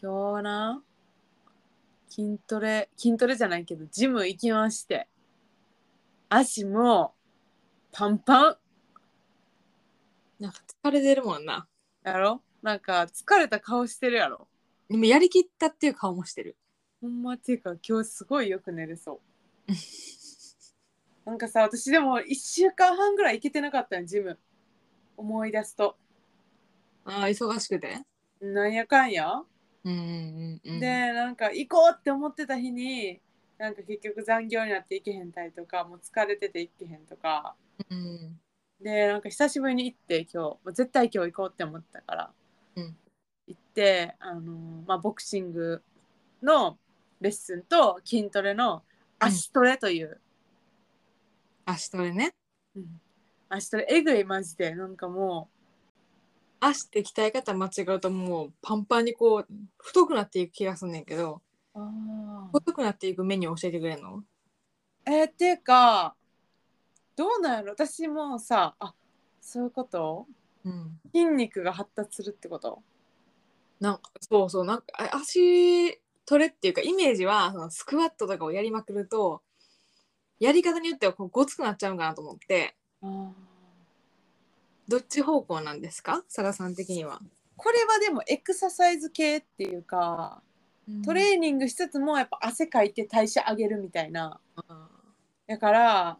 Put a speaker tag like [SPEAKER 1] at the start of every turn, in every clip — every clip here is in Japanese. [SPEAKER 1] 今日な筋トレ筋トレじゃないけどジム行きまして足もパンパン
[SPEAKER 2] なんか疲れてるもんな。
[SPEAKER 1] やろなんか疲れた顔してるやろ
[SPEAKER 2] でもやりきったっていう顔もしてる。
[SPEAKER 1] ほんまっていうか今日すごいよく寝れそうなんかさ私でも1週間半ぐらい行けてなかったのジム思い出すと
[SPEAKER 2] ああ、忙しくて。
[SPEAKER 1] なんやかんや
[SPEAKER 2] うんうんうんうん。
[SPEAKER 1] で、なんか行こうって思ってた日になんか結局残業になって行けへんたりとかもう疲れてて行けへんとか
[SPEAKER 2] うん、
[SPEAKER 1] でなんか久しぶりに行って今日もう絶対今日行こうって思ったから、
[SPEAKER 2] うん
[SPEAKER 1] 行って、あのーまあ、ボクシングのレッスンと筋トレの足トレという、
[SPEAKER 2] 足トレね。
[SPEAKER 1] うん足トレえぐいマジでなんかも
[SPEAKER 2] 足って鍛え方間違うともうパンパンにこう太くなっていく気がすんねんけど
[SPEAKER 1] う
[SPEAKER 2] 太くなっていくメニュー教えてくれんの
[SPEAKER 1] えー、っていうかどうなんやろ私もさあそういうこと
[SPEAKER 2] うん
[SPEAKER 1] 筋肉が発達するってこと
[SPEAKER 2] なんかそうそうなんかあ足トレっていうかイメージはそのスクワットとかをやりまくるとやり方によってはこうごつくなっちゃうんかなと思ってどっち方向なんですかさださん的には。
[SPEAKER 1] これはでもエクササイズ系っていうかトレーニングしつつもやっぱ汗かいて代謝上げるみたいなだから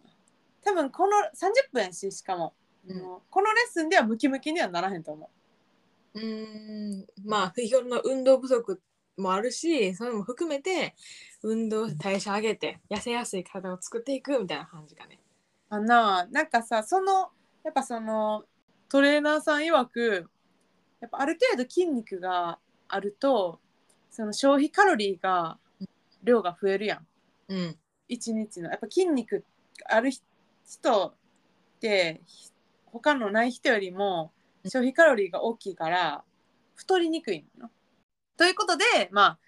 [SPEAKER 1] 多分この30分やししかも、
[SPEAKER 2] うん
[SPEAKER 1] もうこのレッスンではムキムキにはならへんと思
[SPEAKER 2] うーんまあ日頃の運動不足もあるしそれも含めて運動代謝上げて痩せやすい体を作っていくみたいな感じかね。
[SPEAKER 1] うかななんかさそのやっぱそのトレーナーさん曰くやっぱある程度筋肉があるとその消費カロリーが量が増えるやん
[SPEAKER 2] うん、
[SPEAKER 1] 一日のやっぱ筋肉ある人ってひ他のない人よりも消費カロリーが大きいから太りにくいの。ということでまあ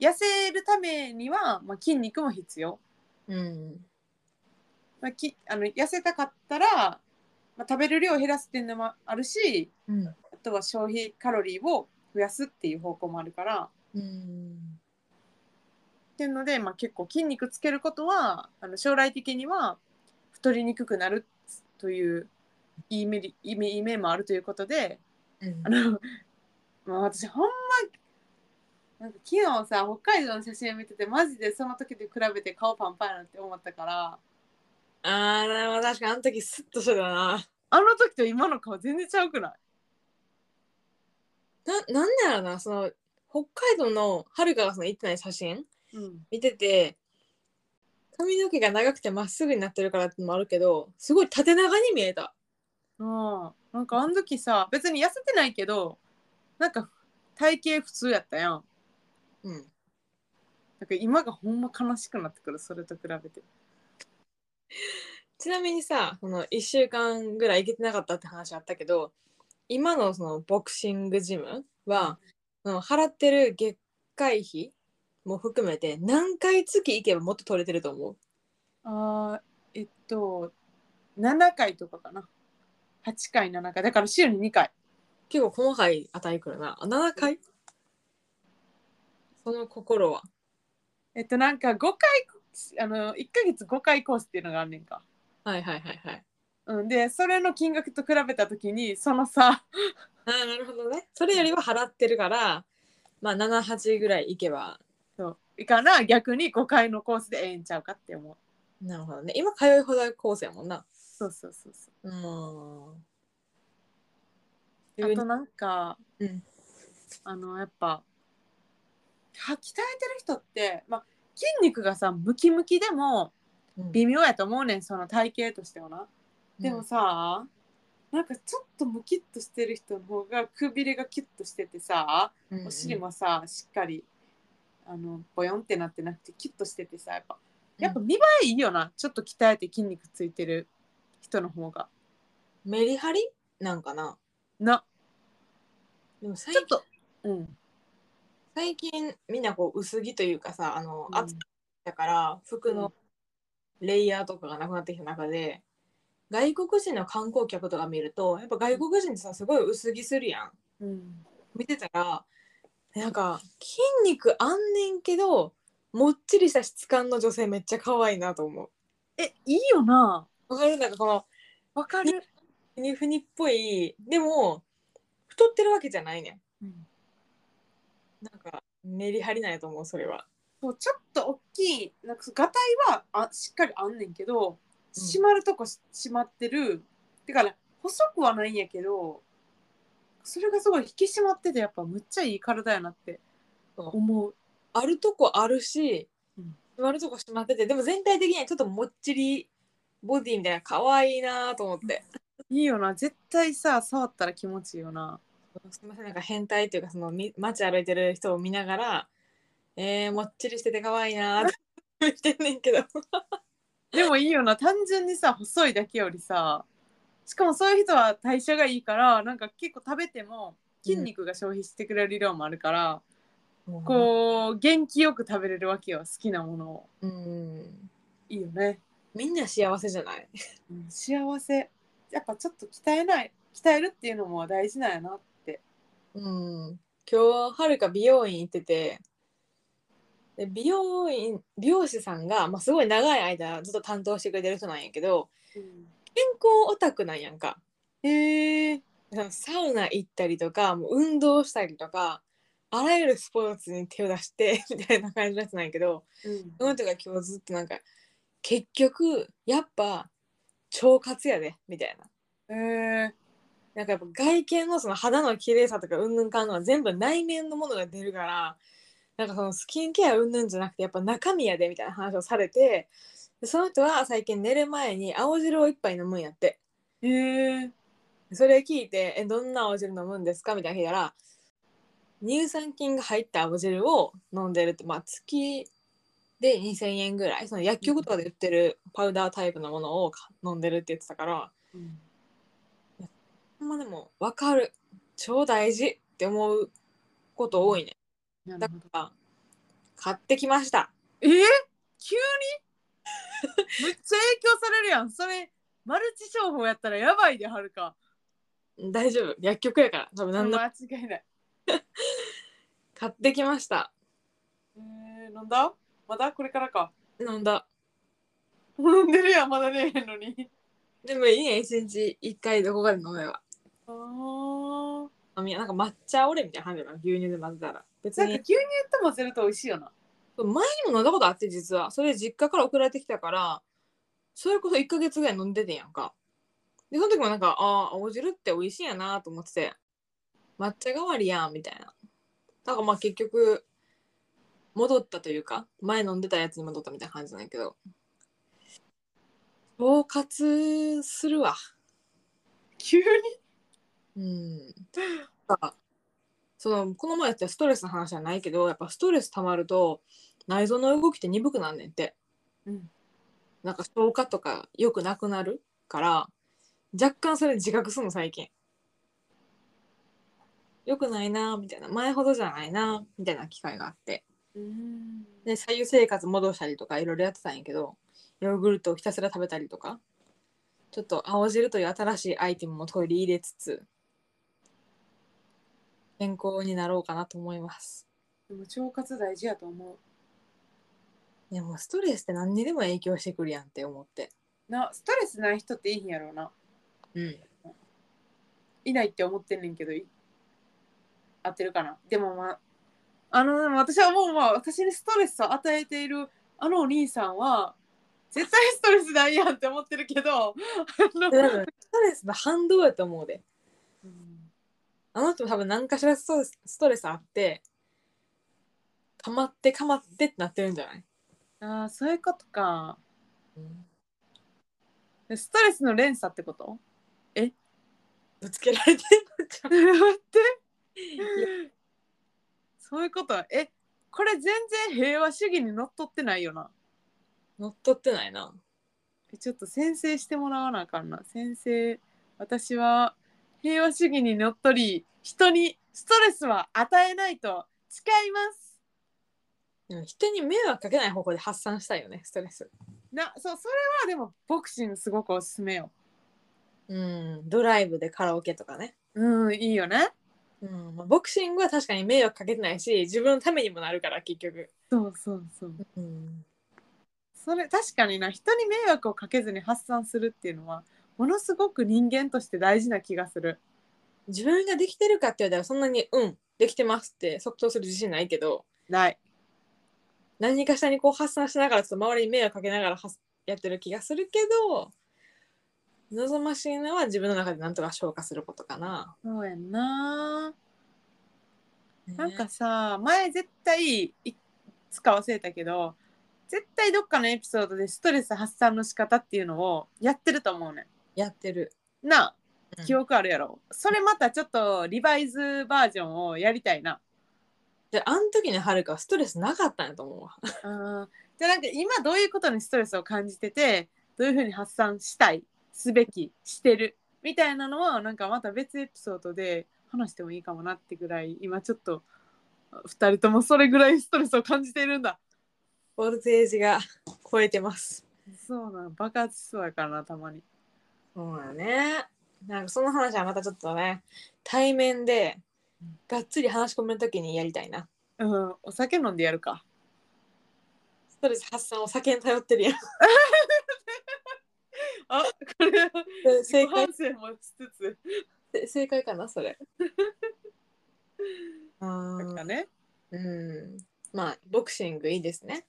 [SPEAKER 1] 痩せるためには、まあ、筋肉も必要、
[SPEAKER 2] うん、
[SPEAKER 1] まあ、きあの痩せたかったら、まあ、食べる量を減らすっていうのもあるし
[SPEAKER 2] うん、
[SPEAKER 1] あとは消費カロリーを増やすっていう方向もあるから
[SPEAKER 2] うん、
[SPEAKER 1] っていうので、まあ、結構筋肉つけることはあの将来的には太りにくくなるといういい目りいい面いい面もあるということであの、まあ、私ほんまなんか昨日さ北海道の写真見ててマジでその時と比べて顔パンパンやなって思ったから
[SPEAKER 2] あーでも確かにあの時スッとしてたな。
[SPEAKER 1] あの時と今の顔全然ちゃうくない
[SPEAKER 2] ななんだろうなその北海道のはるかがその行ってない写真
[SPEAKER 1] うん、
[SPEAKER 2] 見てて髪の毛が長くてまっすぐになってるからってのもあるけどすごい縦長に見えた。
[SPEAKER 1] うん、なんかあの時さ別に痩せてないけどなんか体型普通やったやん
[SPEAKER 2] うん
[SPEAKER 1] なんか今がほんま悲しくなってくるそれと比べて
[SPEAKER 2] ちなみにさその1週間ぐらい行けてなかったって話あったけど今のそのボクシングジムは、その払ってる月会費も含めて何回月行けばもっと取れてると思う
[SPEAKER 1] あーえっと7回とかかな8回7回だから週に2回
[SPEAKER 2] 結構細かい値くるなあ7回その心は
[SPEAKER 1] えっとなんか5回あの1ヶ月5回コースっていうのがあんねんか、
[SPEAKER 2] はいはいはいはい
[SPEAKER 1] うん、でそれの金額と比べた時にそのさ
[SPEAKER 2] あーなるほどねそれよりは払ってるからまあ78ぐらい行けば
[SPEAKER 1] そういかな逆に5回のコースでええんちゃうかって思う
[SPEAKER 2] なるほどね今通いほどコースやもんな
[SPEAKER 1] そうそうそうそううあとなんか、
[SPEAKER 2] うん
[SPEAKER 1] あのやっぱは鍛えてる人って、まあ、筋肉がさムキムキでも
[SPEAKER 2] ん
[SPEAKER 1] 微妙やと思うねんその体型としてはな。で
[SPEAKER 2] う
[SPEAKER 1] も
[SPEAKER 2] ん
[SPEAKER 1] さ、なんかちょっとムキッとしてる人の方がくびれがキュッとしててさ、
[SPEAKER 2] うん
[SPEAKER 1] お尻もさしっかりあのボヨンってなってなくてキュッとしててさやっぱやっぱ見栄えいいよな、ちょっと鍛えて筋肉ついてる人の方が。
[SPEAKER 2] メリハリなんかな
[SPEAKER 1] な
[SPEAKER 2] でも最
[SPEAKER 1] ちょっと、うん、
[SPEAKER 2] 最近みんなこう薄着というかさあの、
[SPEAKER 1] うん
[SPEAKER 2] 暑だから服
[SPEAKER 1] うん
[SPEAKER 2] のレイヤーとかがなくなってきた中で、外国人の観光客とか見るとやっぱ外国人ってさすごい薄着するやん
[SPEAKER 1] うん
[SPEAKER 2] 見てたらなんか筋肉あんねんけどもっちりした質感の女性めっちゃ可愛いなと思
[SPEAKER 1] えいいよな
[SPEAKER 2] うわかるなんかこの
[SPEAKER 1] わかる、
[SPEAKER 2] ふにふにっぽいでも太ってるわけじゃないねんなんかメリハリなんやと思うそれは
[SPEAKER 1] そうちょっと大きいなんかそうがたいはあしっかりあんねんけど締まるとこし締まってるてかね細くはないんやけどそれがすごい引き締まっててやっぱむっちゃいい体やなって思う
[SPEAKER 2] あるとこあるし、
[SPEAKER 1] うん
[SPEAKER 2] あるとこしまっててでも全体的にはちょっともっちりボディみたいな可愛いなと思って、
[SPEAKER 1] いいよな絶対さ触ったら気持ちいいよな
[SPEAKER 2] すみませんなんか変態っていうかそのみ街歩いてる人を見ながらえー、もっちりしてて可愛いなーって言ってんねんけど
[SPEAKER 1] でもいいよな単純にさ細いだけよりさしかもそういう人は代謝がいいからなんか結構食べても筋肉が消費してくれる量もあるから、こう元気よく食べれるわけよ好きなものを
[SPEAKER 2] う、うん、
[SPEAKER 1] いいよね、
[SPEAKER 2] みんな幸せじゃない
[SPEAKER 1] うん幸せやっぱちょっと鍛えない鍛えるっていうのも大事なんやなって
[SPEAKER 2] うん、今日はるか美容院行っててで美容院美容師さんが、まあ、すごい長い間ずっと担当してくれてる人なんやけど健康オタクなんやんか
[SPEAKER 1] へえ
[SPEAKER 2] そのサウナ行ったりとかもう運動したりとかあらゆるスポーツに手を出して みたいな感じのやつなんやけどその人が今日ずっとなんか結局やっぱ腸活やでみたいな。
[SPEAKER 1] へえ
[SPEAKER 2] なんかやっぱ外見のその肌の綺麗さとかうんぬんかんぬんは全部内面のものが出るからなんかそのスキンケアうんぬんじゃなくてやっぱ中身やでみたいな話をされてでその人は最近寝る前に青汁を一杯飲むんやって
[SPEAKER 1] へえ
[SPEAKER 2] それ聞いて「えどんな青汁飲むんですか?」みたいな聞いたら乳酸菌が入った青汁を飲んでるってまあ月で2,000円ぐらいその薬局とかで売ってるパウダータイプのものを飲んでるって言ってたからほんまでも分かる超大事って思うこと多いね
[SPEAKER 1] な
[SPEAKER 2] だ
[SPEAKER 1] る
[SPEAKER 2] か
[SPEAKER 1] ほど
[SPEAKER 2] ら買ってきました
[SPEAKER 1] えー、急 にめっちゃ影響されるやんそれマルチ商法やったらやばいではるか
[SPEAKER 2] 大丈夫薬局やから多分何でも
[SPEAKER 1] 間違いない
[SPEAKER 2] 買ってきました
[SPEAKER 1] えー、飲んだまだこれからか
[SPEAKER 2] 飲んだ
[SPEAKER 1] 飲んでるやんまだねえへんのに
[SPEAKER 2] でもいいね一日一回どこかで飲めば
[SPEAKER 1] あー
[SPEAKER 2] 飲みなんか抹茶オレみたいな感じだな牛乳で混ぜたら別
[SPEAKER 1] なんか
[SPEAKER 2] に
[SPEAKER 1] 牛乳と混ぜると美味しいよな
[SPEAKER 2] 前にも飲んだことあって実はそれ実家から送られてきたからそれこそ1ヶ月ぐらい飲んでてんやんかでその時もなんかああ青汁って美味しいんやなと思ってて抹茶代わりやんみたいなだからまあ結局戻ったというか前飲んでたやつに戻ったみたいな感じなんやけど包括するわ
[SPEAKER 1] 急に
[SPEAKER 2] うんあそのこの前やったストレスの話じゃないけどやっぱストレス溜まると内臓の動きって鈍くなんねんって
[SPEAKER 1] うん
[SPEAKER 2] なんか消化とかよくなくなるから若干それ自覚するの最近よくないなみたいな前ほどじゃないなみたいな機会があって
[SPEAKER 1] うん
[SPEAKER 2] で左右生活戻したりとかいろいろやってたんやけどヨーグルトをひたすら食べたりとかちょっと青汁という新しいアイテムもトイレ入れつつ健康になろうかなと思います
[SPEAKER 1] でも腸活大事やと思
[SPEAKER 2] いやもうストレスって何にでも影響してくるやんって思って
[SPEAKER 1] うなストレスない人っていいんやろうな
[SPEAKER 2] うん
[SPEAKER 1] いないって思ってんねんけどい合ってるかなでもまああのでも私はもうまあ私にストレスを与えているあのお兄さんは絶対ストレスないやんって思ってるけどあの
[SPEAKER 2] で多分ストレスの反動やと思うで
[SPEAKER 1] うん
[SPEAKER 2] あの人も多分何かしらストレスストレスあってかまってかまってってなってるんじゃない、
[SPEAKER 1] あーそういうことかストレスの連鎖ってこと
[SPEAKER 2] ぶつけられてんのちゃう
[SPEAKER 1] 待ってそういうことえこれ全然平和主義にのっとってないよな
[SPEAKER 2] 乗っ取ってないな
[SPEAKER 1] えちょっと先生してもらわなあかんな先生私は平和主義にのっとり人にストレスは与えないと誓います
[SPEAKER 2] でも人に迷惑かけない方向で発散したいよねストレス
[SPEAKER 1] なそうそれはでもボクシングすごくおすすめよ
[SPEAKER 2] うんドライブでカラオケとかね
[SPEAKER 1] うんいいよね
[SPEAKER 2] うんまあボクシングは確かに迷惑かけてないし自分のためにもなるから結局、
[SPEAKER 1] そうそうそう
[SPEAKER 2] うん、
[SPEAKER 1] それ確かにな人に迷惑をかけずに発散するっていうのはものすごく人間として大事な気がする
[SPEAKER 2] 自分ができてるかって言われたらそんなに「うんできてます」って即答する自信ないけど
[SPEAKER 1] ない
[SPEAKER 2] 何かしらにこう発散しながらちょっと周りに迷惑かけながら発やってる気がするけど望ましいのは自分の中でなんとか消化することかな。
[SPEAKER 1] そうやんな
[SPEAKER 2] ね
[SPEAKER 1] なんかさ前絶対いつか忘れたけど絶対どっかのエピソードでストレス発散の仕方っていうのをやってると思うね
[SPEAKER 2] やってる。
[SPEAKER 1] んな
[SPEAKER 2] う
[SPEAKER 1] あ
[SPEAKER 2] ん
[SPEAKER 1] 記憶あるやろ、それまたちょっとリバイズバージョンをやりたいな
[SPEAKER 2] であの時のはるかはストレスなかったんやと思うわ。
[SPEAKER 1] うんじゃあなんか今どういうことにストレスを感じててどういうふうに発散したいすべきしてるみたいなのはなんかまた別エピソードで話してもいいかもなってぐらい今ちょっと2人ともそれぐらいストレスを感じているんだ
[SPEAKER 2] ボルテージが超えてます。
[SPEAKER 1] そうなの爆発しそうやからなたまに
[SPEAKER 2] そうだね。なんかその話はまたちょっとね対面でがっつり話し込める時にやりたいな。
[SPEAKER 1] うんお酒飲んでやる か
[SPEAKER 2] ストレス発散お酒に頼ってるやん。
[SPEAKER 1] あこれは
[SPEAKER 2] で
[SPEAKER 1] 自
[SPEAKER 2] 正
[SPEAKER 1] 己
[SPEAKER 2] 解
[SPEAKER 1] 反省もしつつ
[SPEAKER 2] で 正解かなそれ。あー
[SPEAKER 1] なんかね
[SPEAKER 2] うん。まあボクシングいいですね。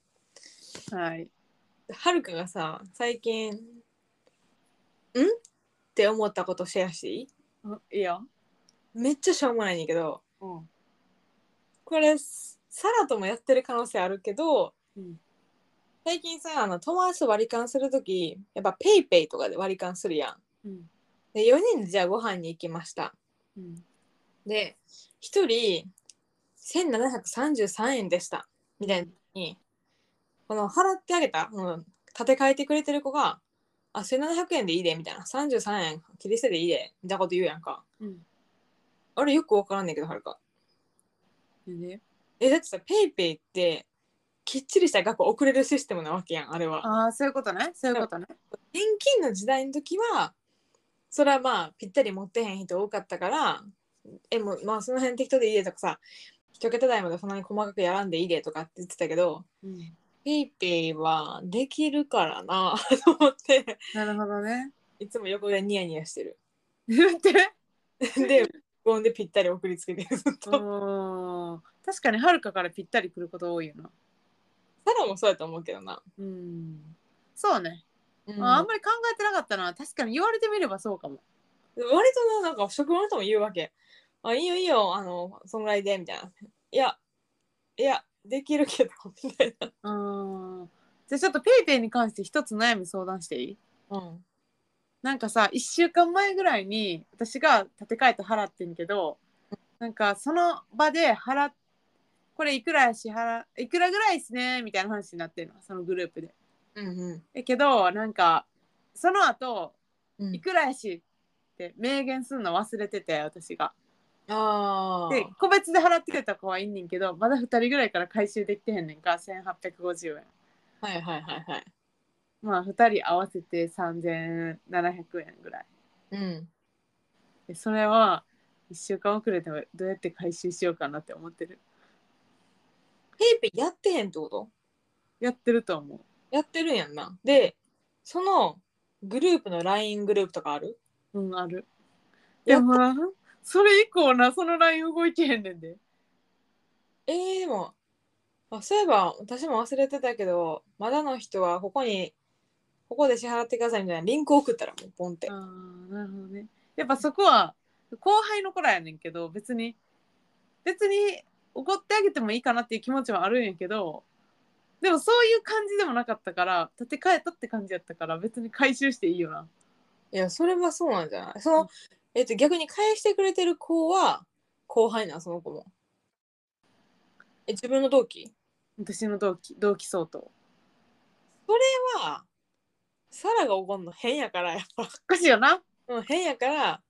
[SPEAKER 1] はい
[SPEAKER 2] はるかがさ最近んって思ったことシェアしていい
[SPEAKER 1] うんいいよ、
[SPEAKER 2] めっちゃしょうもないねんだけど
[SPEAKER 1] うん
[SPEAKER 2] これサラともやってる可能性あるけど
[SPEAKER 1] うん、
[SPEAKER 2] 最近さあの友達と割り勘する時やっぱペイペイとかで割り勘するやん。
[SPEAKER 1] うん
[SPEAKER 2] で4人でじゃあご飯に行きました。
[SPEAKER 1] うん
[SPEAKER 2] で1人1733円でしたみたいな時にこの払ってあげた、うん、立て替えてくれてる子が「あ1700円でいいで」みたいな「33円切り捨てでいいで」みたいなこと言うやんか
[SPEAKER 1] うん
[SPEAKER 2] あれよく分からんねんけどはるか
[SPEAKER 1] でね
[SPEAKER 2] えだってさペイペイってきっちりした額送れるシステムなわけやんあれは
[SPEAKER 1] ああそういうことねそういうことね
[SPEAKER 2] 現金の時代の時はそれはまあぴったり持ってへん人多かったからえもうまあその辺適当でいいでとかさ一桁台までそんなに細かくやらんでいいでとかって言ってたけど
[SPEAKER 1] うん
[SPEAKER 2] ペイペイはできるからなと思って
[SPEAKER 1] なるほどね。
[SPEAKER 2] いつも横でニヤニヤしてる
[SPEAKER 1] 言って
[SPEAKER 2] で無言でぴったり送りつけてるずっ
[SPEAKER 1] う
[SPEAKER 2] とサ
[SPEAKER 1] ーん確かにはるかからぴったりくること多いよな。
[SPEAKER 2] ラもそうやと思うけどな、
[SPEAKER 1] うん。そうね。
[SPEAKER 2] うん
[SPEAKER 1] ああんまり考えてなかったな。確かに言われてみればそうかも。
[SPEAKER 2] 割とななんか職場の人も言うわけ「あいいよいいよあのそんぐらいで」みたいな「いやいやできるけど」 みたいな、
[SPEAKER 1] うん。じゃあちょっとペイペイに関して一つ悩み相談していい
[SPEAKER 2] うん、
[SPEAKER 1] なんかさ1週間前ぐらいに私が立て替えて払ってんけどなんかその場で払っこれいくらやし払いくらぐらいですねみたいな話になってるのそのグループで。
[SPEAKER 2] うんうん
[SPEAKER 1] だけどなんかその後
[SPEAKER 2] うん
[SPEAKER 1] いくらやしって明言するの忘れてて私が。
[SPEAKER 2] ああ。
[SPEAKER 1] で個別で払ってくれた子はいんねんけどまだ2人ぐらいから回収できてへんねんか1850円
[SPEAKER 2] はいはいはいはい。
[SPEAKER 1] まあ2人合わせて3700円ぐらい
[SPEAKER 2] うん。
[SPEAKER 1] でそれは1週間遅れてもどうやって回収しようかなって思ってる
[SPEAKER 2] ペイペイやってへんってこと
[SPEAKER 1] やってると思
[SPEAKER 2] やってるんやんな。で、そのグループの LINE グループとかある
[SPEAKER 1] ううんある
[SPEAKER 2] や
[SPEAKER 1] で
[SPEAKER 2] っ
[SPEAKER 1] もなそれ以降なその LINE 動いてへんねんで
[SPEAKER 2] えー、でもあ、そういえば私も忘れてたけど、まだの人はここに、ここで支払ってくださいみたいなリンク送ったらもうポンって
[SPEAKER 1] あ。ーなるほどねやっぱそこは後輩の子らやねんけど別に別に怒ってあげてもいいかなっていう気持ちはあるんやけどでもそういう感じでもなかったから立て替えたって感じやったから別に回収していいよない
[SPEAKER 2] や、それはそうなんじゃないそうの
[SPEAKER 1] ん、
[SPEAKER 2] えっと、逆に返してくれてる子は後輩なん、その子も。え、自分の同期
[SPEAKER 1] 私の同期同期相当
[SPEAKER 2] は、サラが怒んの変やから、やっぱ。
[SPEAKER 1] おかしいよな
[SPEAKER 2] うん、変やから、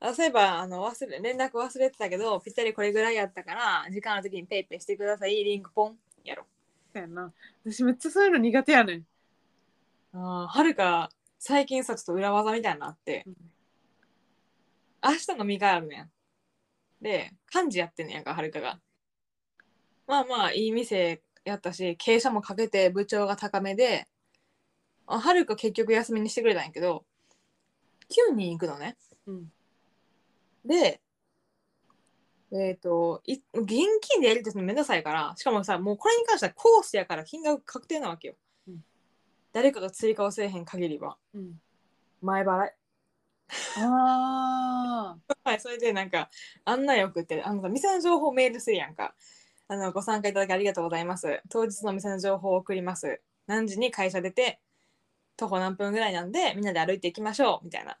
[SPEAKER 2] あそういえばあの忘れ連絡忘れてたけど、ぴったりこれぐらいやったから、時間の時にペイペイしてください、リンクポンやろ。
[SPEAKER 1] そうやな私めっちゃそういうの苦手やねん
[SPEAKER 2] あはるか、最近さ、ちょっと裏技みたいなのあって、明日飲み会あるねん。で幹事やってんねやんかはるかがまあまあいい店やったし傾斜もかけて部長が高めであはるか結局休みにしてくれたんやけど9人行くのね
[SPEAKER 1] うん
[SPEAKER 2] でえっ、とい現金でやるってめんどくさいからしかもさもうこれに関してはコースやから金額確定なわけよ、
[SPEAKER 1] うん
[SPEAKER 2] 誰かが追加をせえへん限りは
[SPEAKER 1] うん、
[SPEAKER 2] 前払い
[SPEAKER 1] あー
[SPEAKER 2] はい、それでなんか案内送ってあのさ店の情報をメールするやんかあのご参加いただきありがとうございます当日の店の情報を送ります何時に会社出て徒歩何分ぐらいなんでみんなで歩いていきましょうみたいな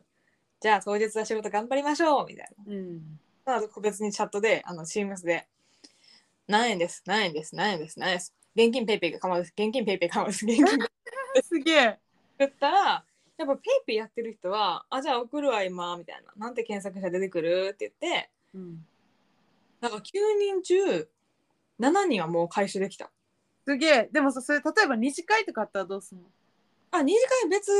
[SPEAKER 2] じゃあ当日は仕事頑張りましょうみたいな
[SPEAKER 1] うん
[SPEAKER 2] まあ個別にチャットであの CMS で何円です何円です何円です何円です現金ペイペイが構わです現金ペイペイ構わです現金ペイペイ
[SPEAKER 1] すげえ
[SPEAKER 2] 言ったらやっぱペイペイやってる人はあじゃあ送るわ今みたいななんて検索したら出てくるって言って
[SPEAKER 1] うん
[SPEAKER 2] なんか9人中7人はもう回収できた。
[SPEAKER 1] すげえでもさそれ例えば二次会とかあったらどうすんの
[SPEAKER 2] あ2次会別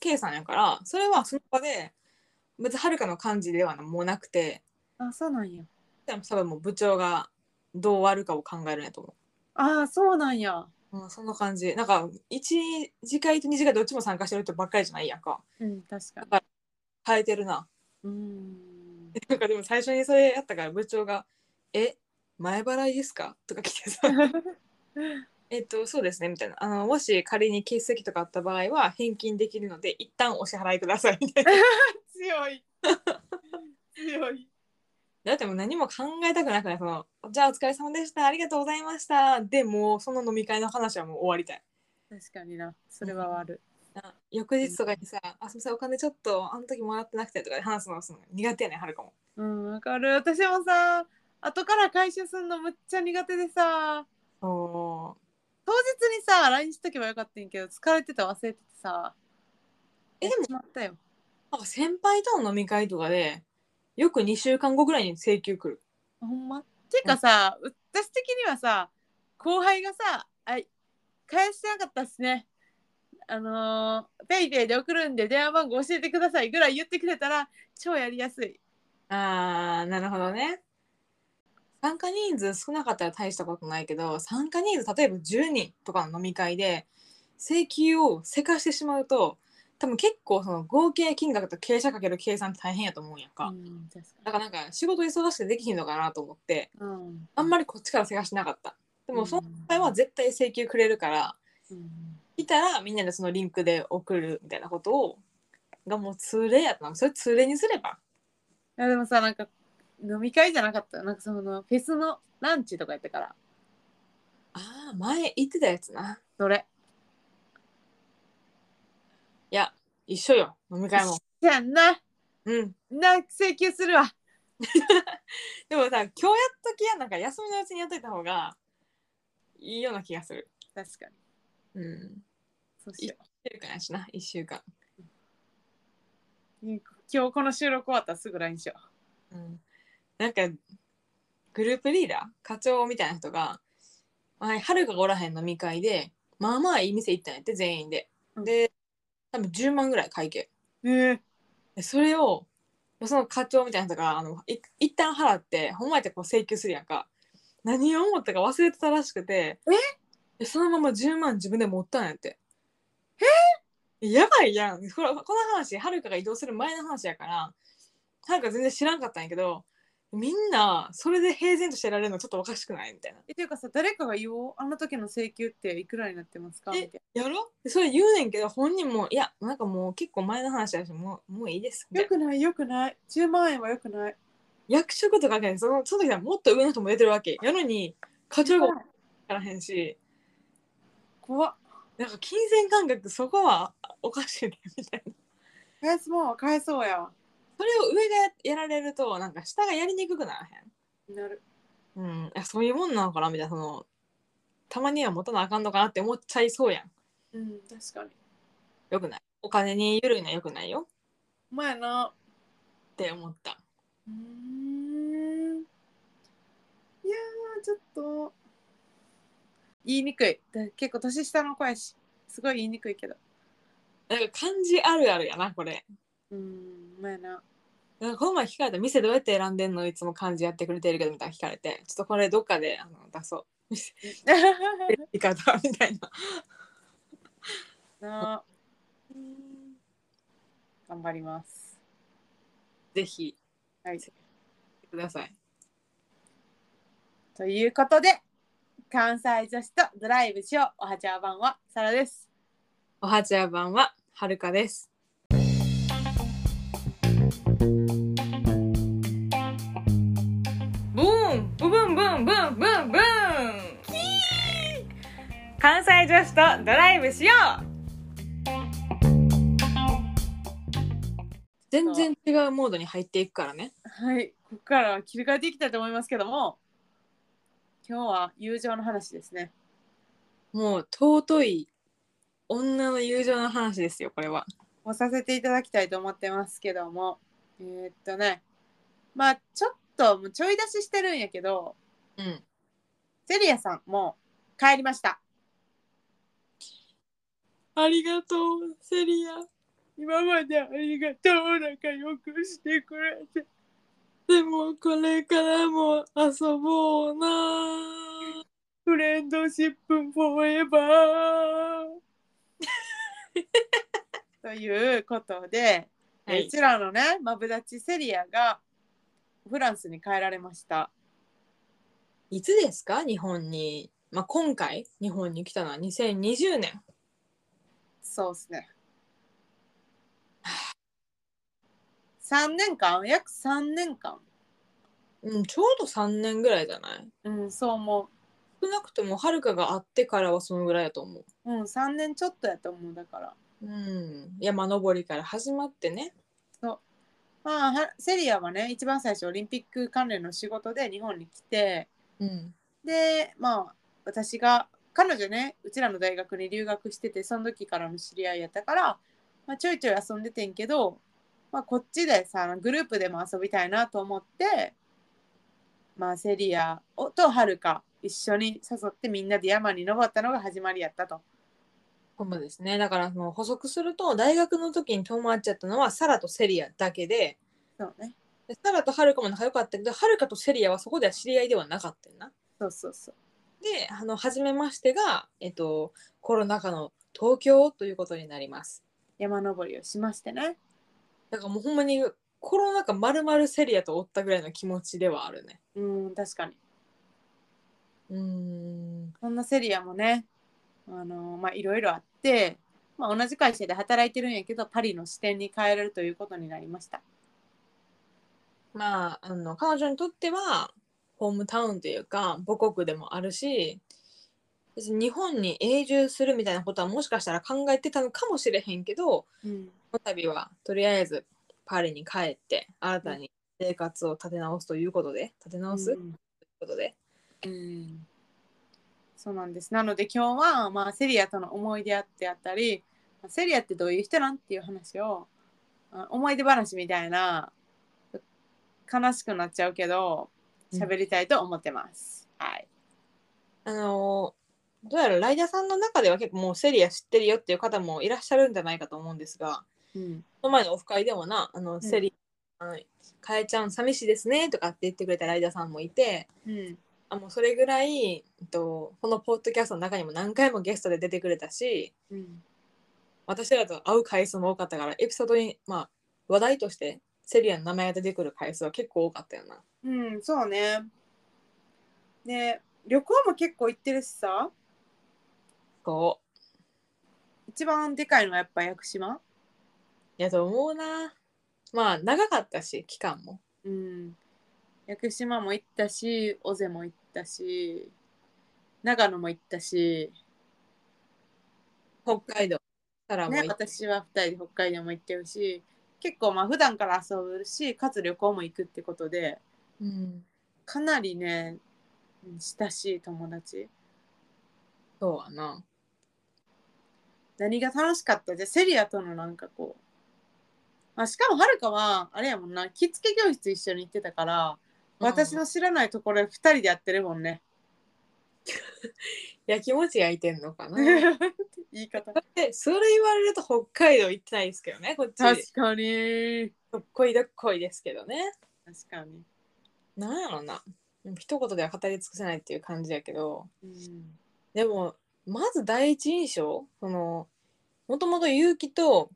[SPEAKER 2] 計算やからそれはその場で別にはるかの感じではもうなくて
[SPEAKER 1] あそうなんや
[SPEAKER 2] 多分もう部長がどう終わるかを考えるんやと思
[SPEAKER 1] あーそうなんや
[SPEAKER 2] う。うん、そんな感じなんか1次会と2次会どっちも参加してる人ばっかりじゃないやんか
[SPEAKER 1] うん確かに
[SPEAKER 2] 変えてるな
[SPEAKER 1] うん
[SPEAKER 2] なんかでも最初にそれやったから部長が「え前払いですか?」とか来てさえっと、そうですね、みたいな。あの、もし仮に欠席とかあった場合は、返金できるので、一旦お支払いください、みたいな。
[SPEAKER 1] 強い 強い
[SPEAKER 2] だってもう何も考えたくなくないその、じゃあお疲れ様でした、ありがとうございました。でも、その飲み会の話はもう終わりたい。
[SPEAKER 1] 確かになそれはある
[SPEAKER 2] な翌日とかにさ、あ、すみません、お金ちょっと、あの時もらってなくてとかで話すのするの苦手やねん、はるかも。
[SPEAKER 1] うんわかる私もさ後から回収するのむっちゃ苦手でさ
[SPEAKER 2] そ
[SPEAKER 1] 当日にさ LINE しとけばよかったんやけど疲れてた忘れててさ
[SPEAKER 2] えで
[SPEAKER 1] や
[SPEAKER 2] も
[SPEAKER 1] っちまったよ
[SPEAKER 2] う。なんか先輩との飲み会とかで、よく2週間後ぐらいに請求来る。
[SPEAKER 1] ほんまていうかさ、う私的にはさ後輩がさ「あい返してなかったっすね」あのーペイペイで送るんで電話番号教えてくださいぐらい言ってくれたら超やりやすい
[SPEAKER 2] あーなるほどね。参加人数少なかったら大したことないけど参加人数例えば10人とかの飲み会で請求をせかしてしまうと多分結構その合計金額と傾斜かける計算って大変やと思うんやんか、
[SPEAKER 1] うん確か
[SPEAKER 2] だからなんか仕事忙しくてできひんのかなと思って
[SPEAKER 1] にうん
[SPEAKER 2] あんまりこっちからせかしなかったで
[SPEAKER 1] う
[SPEAKER 2] も
[SPEAKER 1] ん
[SPEAKER 2] その場合は絶対請求くれるから
[SPEAKER 1] うん
[SPEAKER 2] 来たらみんなでそのリンクで送るみたいなことをがもう通例やったのそれ通例にすれば
[SPEAKER 1] いやでもさなんか飲み会じゃなかったなんかそのフェスのランチとかやったから
[SPEAKER 2] ああ前言ってたやつな
[SPEAKER 1] それ
[SPEAKER 2] いや、一緒よ、飲み会も。
[SPEAKER 1] じゃあな
[SPEAKER 2] うん。
[SPEAKER 1] な請求するわ
[SPEAKER 2] でもさ、今日やっときや、なんか休みのうちにやっといた方がいいような気がする。
[SPEAKER 1] 確かに
[SPEAKER 2] うん。
[SPEAKER 1] そうしよ
[SPEAKER 2] 一週間やしな、一週間。
[SPEAKER 1] う今日この収録終わったらすぐ LINE しよ
[SPEAKER 2] うん。なんか、グループリーダー課長みたいな人が、はい、春がおらへん飲み会で、まあまあいい店行ったんやって、全員で。で、多分10万ぐらい会計。
[SPEAKER 1] うえ
[SPEAKER 2] でそれを、その課長みたいな人が、あの、い一旦払って、ほんまやったらこう請求するやんか。何を思ったか忘れてたらしくて、でそのまま10万自分で持ったんやって。えやばいやん。これこの話、はるかが移動する前の話やから、はるか全然知らんかったんやけど、みんな、それで平然としてられるのちょっとおかしくないみたいな。
[SPEAKER 1] えっていうかさ誰かが言おうあの時の請求っていくらになってますかみたいな
[SPEAKER 2] やろでそれ言うねんけど、本人も、いや、なんかもう結構前の話やし、もうもういいです。みたい
[SPEAKER 1] よ
[SPEAKER 2] な
[SPEAKER 1] くないよくない10万円はよくない
[SPEAKER 2] 役職とかねそのその時はもっと上の人も出てるわけやのに課長が分からへんし
[SPEAKER 1] 怖っ
[SPEAKER 2] なんか金銭感覚そこはおかしいねみたいな
[SPEAKER 1] 返すもんは返そうや
[SPEAKER 2] それを上がやられるとなんか下がやりにくくなら
[SPEAKER 1] なる
[SPEAKER 2] へん、うん、いやそういうもんなのかなみたいなそのたまには持たなあかんのかなって思っちゃいそうやん
[SPEAKER 1] うん確かに
[SPEAKER 2] よくないお金に緩いのはよくないよ
[SPEAKER 1] 前な
[SPEAKER 2] って思った
[SPEAKER 1] うーんいやーちょっと言いにくいだ結構年下の子やしすごい言いにくいけど
[SPEAKER 2] なんか漢字あるあるやなこれ
[SPEAKER 1] うーんまあやな
[SPEAKER 2] なんかこの前聞かれた店どうやって選んでんのいつも漢字やってくれてるけどみたいな聞かれてちょっとこれどっかであの出そう選び方みたいな
[SPEAKER 1] なあ頑張ります。
[SPEAKER 2] ぜひ
[SPEAKER 1] はい、
[SPEAKER 2] ください
[SPEAKER 1] ということで関西女子とドライブしようおはちゃわ版はサラです。
[SPEAKER 2] おはちゃ版ははるかですブーンブブンブンブンブンブン関西女子とドライブしよう全然違うモードに入っていくからね
[SPEAKER 1] はいここからは切り替えていきたいと思いますけども今日は友情の話ですね。
[SPEAKER 2] もう尊い女の友情の話ですよこれは
[SPEAKER 1] をさせていただきたいと思ってますけどもえーっとねまあちょっともうちょい出ししてるんやけど
[SPEAKER 2] うん
[SPEAKER 1] セリアさんもう帰りました
[SPEAKER 2] ありがとうセリア
[SPEAKER 1] 今までありがとう仲良くしてくれて
[SPEAKER 2] でもこれからも遊ぼうな
[SPEAKER 1] フレンドシップフォーエバー ということで、
[SPEAKER 2] はいう
[SPEAKER 1] ちらのねマブダチセリアがフランスに帰られました
[SPEAKER 2] いつですか日本に、まあ、今回日本に来たのは2020年
[SPEAKER 1] そうですね。3年間約3年間。
[SPEAKER 2] うんちょうど3年ぐらいじゃない
[SPEAKER 1] うん、そう思
[SPEAKER 2] 少なくともはるかが会ってからはそのぐらいだと思う
[SPEAKER 1] う。うん、3年ちょっとやと思うだから。
[SPEAKER 2] うん山登りから始まってね
[SPEAKER 1] まあ、はセリアはね、一番最初オリンピック関連の仕事で日本に来て、
[SPEAKER 2] うん
[SPEAKER 1] で、まあ、私が、彼女ね、うちらの大学に留学してて、その時からの知り合いやったから、まあ、ちょいちょい遊んでてんけど、まあ、こっちでさ、グループでも遊びたいなと思って、まあ、セリアをとはるか一緒に誘ってみんなで山に登ったのが始まりやったと。
[SPEAKER 2] そうですねだからその補足すると大学の時に友達やったのはサラとセリアだけで
[SPEAKER 1] そうね。
[SPEAKER 2] でサラとはるかも仲良かったけどはるかとセリアはそこでは知り合いではなかったよな
[SPEAKER 1] そうそうそう。
[SPEAKER 2] で、あの、初めましてが、えっと、コロナ禍の東京ということになります。
[SPEAKER 1] 山登りをしましてね。
[SPEAKER 2] だからもうほんまにコロナ禍まるまるセリアとおったぐらいの気持ちではあるね。
[SPEAKER 1] うん、確かに。
[SPEAKER 2] うーん。
[SPEAKER 1] そんなセリアもね、あのまあ、いろいろあって、まあ、同じ会社で働いてるんやけど、パリの支店に変えるということになりました。
[SPEAKER 2] まあ、あの、彼女にとっては、ホームタウンというか、母国でもあるし、別に日本に永住するみたいなことはもしかしたら考えてたのかもしれへんけど、
[SPEAKER 1] うん、
[SPEAKER 2] この度はとりあえずパリに帰って、新たに生活を立て直すということで、立て直すということで、
[SPEAKER 1] うんそうなんです。なので今日は、まあ、セリアとの思い出あってあったり、まあセリアってどういう人なんっていう話を、あ思い出話みたいな、悲しくなっちゃうけど、喋りたいと思ってます。はい。
[SPEAKER 2] あのーどうやらライダーさんの中では結構もうセリア知ってるよっていう方もいらっしゃるんじゃないかと思うんですが、
[SPEAKER 1] うん、
[SPEAKER 2] この前のオフ会でもな、あの、セリア、あのかえちゃん寂しいですねとかって言ってくれたライダーさんもいて、
[SPEAKER 1] うん、
[SPEAKER 2] あもうそれぐらい、えっと、このポッドキャストの中にも何回もゲストで出てくれたし、
[SPEAKER 1] うん、
[SPEAKER 2] 私らと会う回数も多かったから、エピソードに、まあ、話題としてセリアの名前が出てくる回数は結構多かったよな。
[SPEAKER 1] うん、そうね。で、旅行も結構行ってるしさ、
[SPEAKER 2] こう、
[SPEAKER 1] 一番でかいのはやっぱ屋久島。
[SPEAKER 2] いやと思うな。まあ、長かったし、期間も。
[SPEAKER 1] うん、屋久島も行ったし尾瀬も行ったし長野も行ったし、
[SPEAKER 2] 北海道からも行
[SPEAKER 1] ね、
[SPEAKER 2] って
[SPEAKER 1] 私は2人で北海道も行ってるし結構まあ普段から遊ぶしかつ旅行も行くってことで
[SPEAKER 2] うん、
[SPEAKER 1] かなりねうん親しい友達
[SPEAKER 2] そうはな。
[SPEAKER 1] 何が楽しかったじゃあセリアとのなんかこう、まあ、しかもはるかはあれやもんな着付け教室一緒に行ってたから私の知らないところで2人でやってるもんね。
[SPEAKER 2] 焼きもち焼いてんのかな。
[SPEAKER 1] 言い方
[SPEAKER 2] でそれ言われると北海道行ってないですけどねこっち
[SPEAKER 1] 確かに
[SPEAKER 2] どっこいどっこいですけどね
[SPEAKER 1] 確かに、
[SPEAKER 2] なんやろなでも一言では語り尽くせないっていう感じやけど
[SPEAKER 1] うん、
[SPEAKER 2] でもまず第一印象そのもともと結城と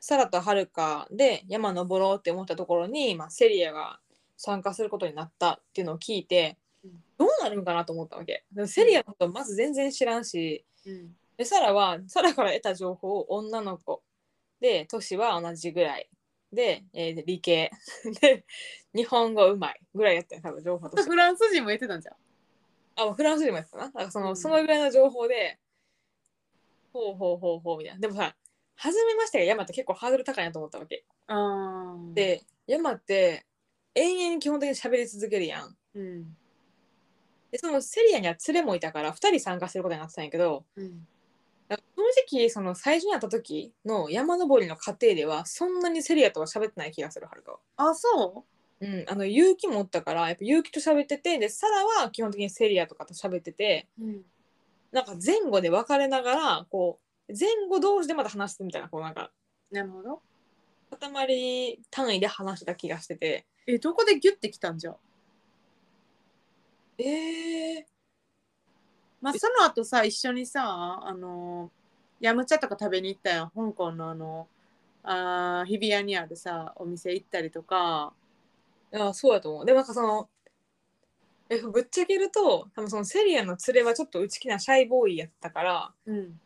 [SPEAKER 2] サラとはるかで山登ろうって思ったところに、まあ、セリアが参加することになったっていうのを聞いて
[SPEAKER 1] うん
[SPEAKER 2] どうなるんかなと思ったわけでもセリアのことまず全然知らんし
[SPEAKER 1] うん
[SPEAKER 2] でサラはサラから得た情報を女の子で年は同じぐらいで、えー理系 で日本語うまいぐらいやったよ多分情報として
[SPEAKER 1] フランス人も言ってたんじゃん
[SPEAKER 2] あフランス人もやってたなだからその,、
[SPEAKER 1] うん
[SPEAKER 2] そのぐらいの情報でほうほうほうほうみたいなでもさ初めましてが山って結構ハードル高いなと思ったわけ
[SPEAKER 1] あー、
[SPEAKER 2] で山って永遠に基本的に喋り続けるやん
[SPEAKER 1] うん
[SPEAKER 2] でそのセリアには連れもいたから2人参加することになってたんやけど
[SPEAKER 1] うん、
[SPEAKER 2] だから正直その最初に会った時の山登りの過程ではそんなにセリアとは喋ってない気がするはるかは。
[SPEAKER 1] あそ
[SPEAKER 2] うん、あの勇気もおったからやっぱ勇気と喋っててでサラは基本的にセリアとかと喋ってて
[SPEAKER 1] う、うん、
[SPEAKER 2] なんか前後で別れながらこう前後同士でまた話してみたいなこうなんか
[SPEAKER 1] なるほど
[SPEAKER 2] 塊単位で話してた気がしてて
[SPEAKER 1] えどこでギュッてきたんじゃん
[SPEAKER 2] えー、
[SPEAKER 1] まあ、その後さ一緒にさあのヤムチャとか食べに行ったやん香港のあのあー日比谷にあるさお店行ったりとか
[SPEAKER 2] あそうやと思うでもなんかそのえぶっちゃけると多分そのセリアの連れはちょっと内気なシャイボーイやったから
[SPEAKER 1] うん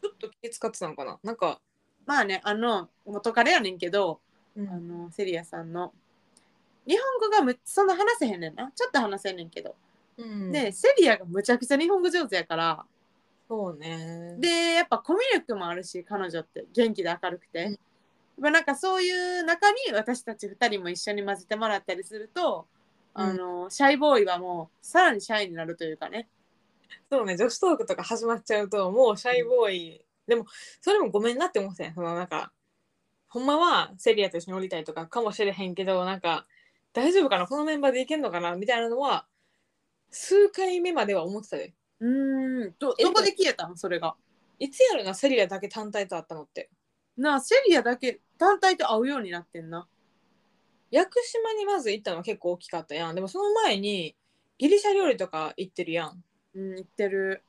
[SPEAKER 2] ちょっと気使ってたのかななんか、
[SPEAKER 1] まあねあの元彼やねんけど
[SPEAKER 2] うん
[SPEAKER 1] あのセリアさんの日本語がむそんな話せへんねんなちょっと話せんねんけど、
[SPEAKER 2] うん
[SPEAKER 1] でセリアがむちゃくちゃ日本語上手やから
[SPEAKER 2] そうね
[SPEAKER 1] でやっぱコミュ力もあるし彼女って元気で明るくて、
[SPEAKER 2] うん
[SPEAKER 1] まあ、なんかそういう中に私たち2人も一緒に混ぜてもらったりすると、
[SPEAKER 2] うん
[SPEAKER 1] あのシャイボーイはもうさらにシャイになるというかね
[SPEAKER 2] そうね女子トークとか始まっちゃうともうシャイボーイ、でもそれもごめんなって思ってたよそのなんかほんまはセリアと一緒に降りたいとかかもしれへんけどなんか大丈夫かなこのメンバーでいけんのかなみたいなのは数回目までは思ってたで
[SPEAKER 1] うーんどどこで消えたのそれが
[SPEAKER 2] いつやるなセリアだけ単体と会ったのって
[SPEAKER 1] なあセリアだけ単体と会うようになってんな
[SPEAKER 2] 屋久島にまず行ったのは結構大きかったやんでもその前にギリシャ料理とか行ってるやん
[SPEAKER 1] うん行ってる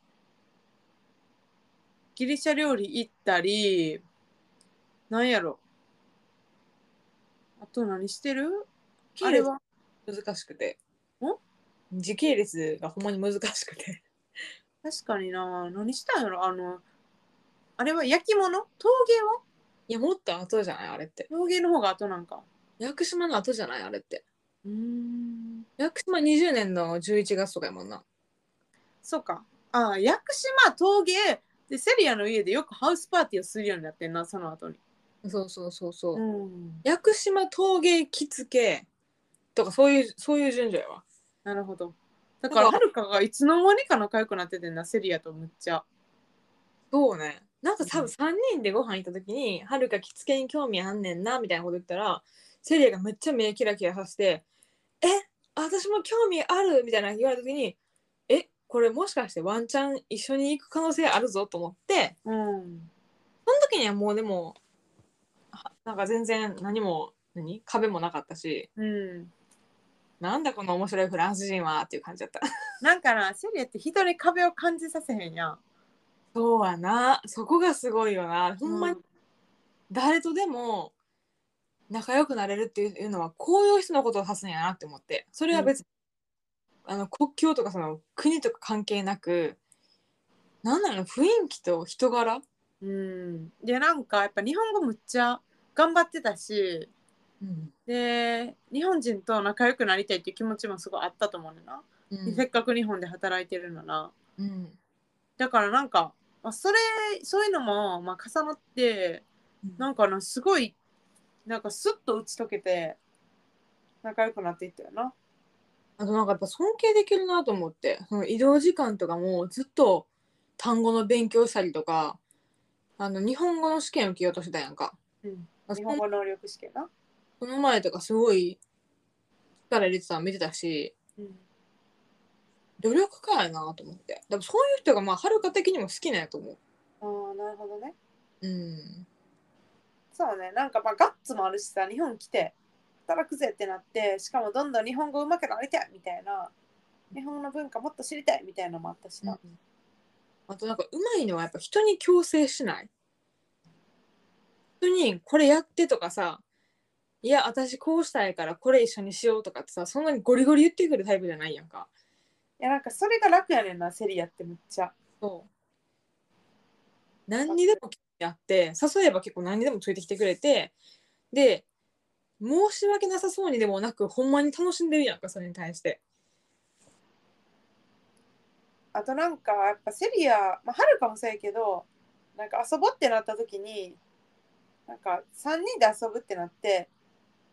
[SPEAKER 1] ギリシャ料理行ったりなんやろあと何してるあれは
[SPEAKER 2] 難しくて
[SPEAKER 1] ん
[SPEAKER 2] 時系列がほんまに難しくて
[SPEAKER 1] 確かにな何したんやろあのあれは焼き物陶芸はい
[SPEAKER 2] やもっと後じゃないあれって
[SPEAKER 1] 陶芸の方が後なんか
[SPEAKER 2] 屋久島の後じゃないあれって
[SPEAKER 1] うーん
[SPEAKER 2] 屋久島20年の11月とかやもんな
[SPEAKER 1] そうかああ屋久島陶芸でセリアの家でよくハウスパーティーをするようになってんなその後に
[SPEAKER 2] そうそうそうそう、
[SPEAKER 1] うん
[SPEAKER 2] 屋久島陶芸着付けとかそういうそういう順序やわ
[SPEAKER 1] なるほどだからはるかがいつの間にか仲良くなっててんなセリアとむっちゃ
[SPEAKER 2] そうねなんか多
[SPEAKER 1] う
[SPEAKER 2] 分
[SPEAKER 1] ん
[SPEAKER 2] 3人でご飯行った時に、はるか着付けに興味あんねんなみたいなこと言ったらセリアがめっちゃ目キラキラさせて「え私も興味ある」みたいな言われた時に「えこれもしかしてワンチャン一緒に行く可能性あるぞ」と思って
[SPEAKER 1] うん
[SPEAKER 2] その時にはもうでもあなんか全然何も何壁もなかったし
[SPEAKER 1] うん
[SPEAKER 2] なんだこの面白いフランス人はっていう感じだった
[SPEAKER 1] なんかなセリアって人に壁を感じさせへんやん
[SPEAKER 2] そうやなそこがすごいよなほんまに
[SPEAKER 1] う
[SPEAKER 2] 誰とでも仲良くなれるっていうのはこういう人のことを指すんやなって思ってそれは別に、あの国境とかその国とか関係なくなんなの雰囲気と人柄、
[SPEAKER 1] うんでなんかやっぱ日本語むっちゃ頑張ってたしで日本人と仲良くなりたいっていう気持ちもすごいあったと思うねんだな、
[SPEAKER 2] うん
[SPEAKER 1] せっかく日本で働いてるなら
[SPEAKER 2] うん
[SPEAKER 1] だからなんか、まあ、それそういうのも、まあ、重なってなんかなすごいなんかスッと打ち解けて仲良くなっていったよな
[SPEAKER 2] あとなんかやっぱ尊敬できるなと思ってその移動時間とかもずっと単語の勉強したりとかあの日本語の試験受けようとしてたやんか
[SPEAKER 1] うん
[SPEAKER 2] そ
[SPEAKER 1] 日本
[SPEAKER 2] の
[SPEAKER 1] 語能力試験な、
[SPEAKER 2] その前とかすごい力入れてたの見てたし
[SPEAKER 1] うん、
[SPEAKER 2] 旅努力家やなと思ってでもそういう人がまあはるか的にも好きなんやと思
[SPEAKER 1] ああなるほどね
[SPEAKER 2] ううん
[SPEAKER 1] そうねなんかまあガッツもあるしさ日本来て働くぜってなってしかもどんどん日本語うまくなりたいみたいな日本の文化もっと知りたいみたいなのもあったしな、
[SPEAKER 2] あとなんかうまいのはやっぱ人に強制しない人にこれやってとかさいや私こうしたいからこれ一緒にしようとかってさそんなにゴリゴリ言ってくるタイプじゃないやんか
[SPEAKER 1] いやなんかそれが楽やねんなセリアってむっちゃ
[SPEAKER 2] そう何にでもやって誘えば結構何にでもついてきてくれてで申し訳なさそうにでもなくほんまに楽しんでるやんかそれに対して
[SPEAKER 1] あとなんかやっぱセリアまあ、春かもそうやけどなんか遊ぼうってなった時になんか3人で遊ぶってなって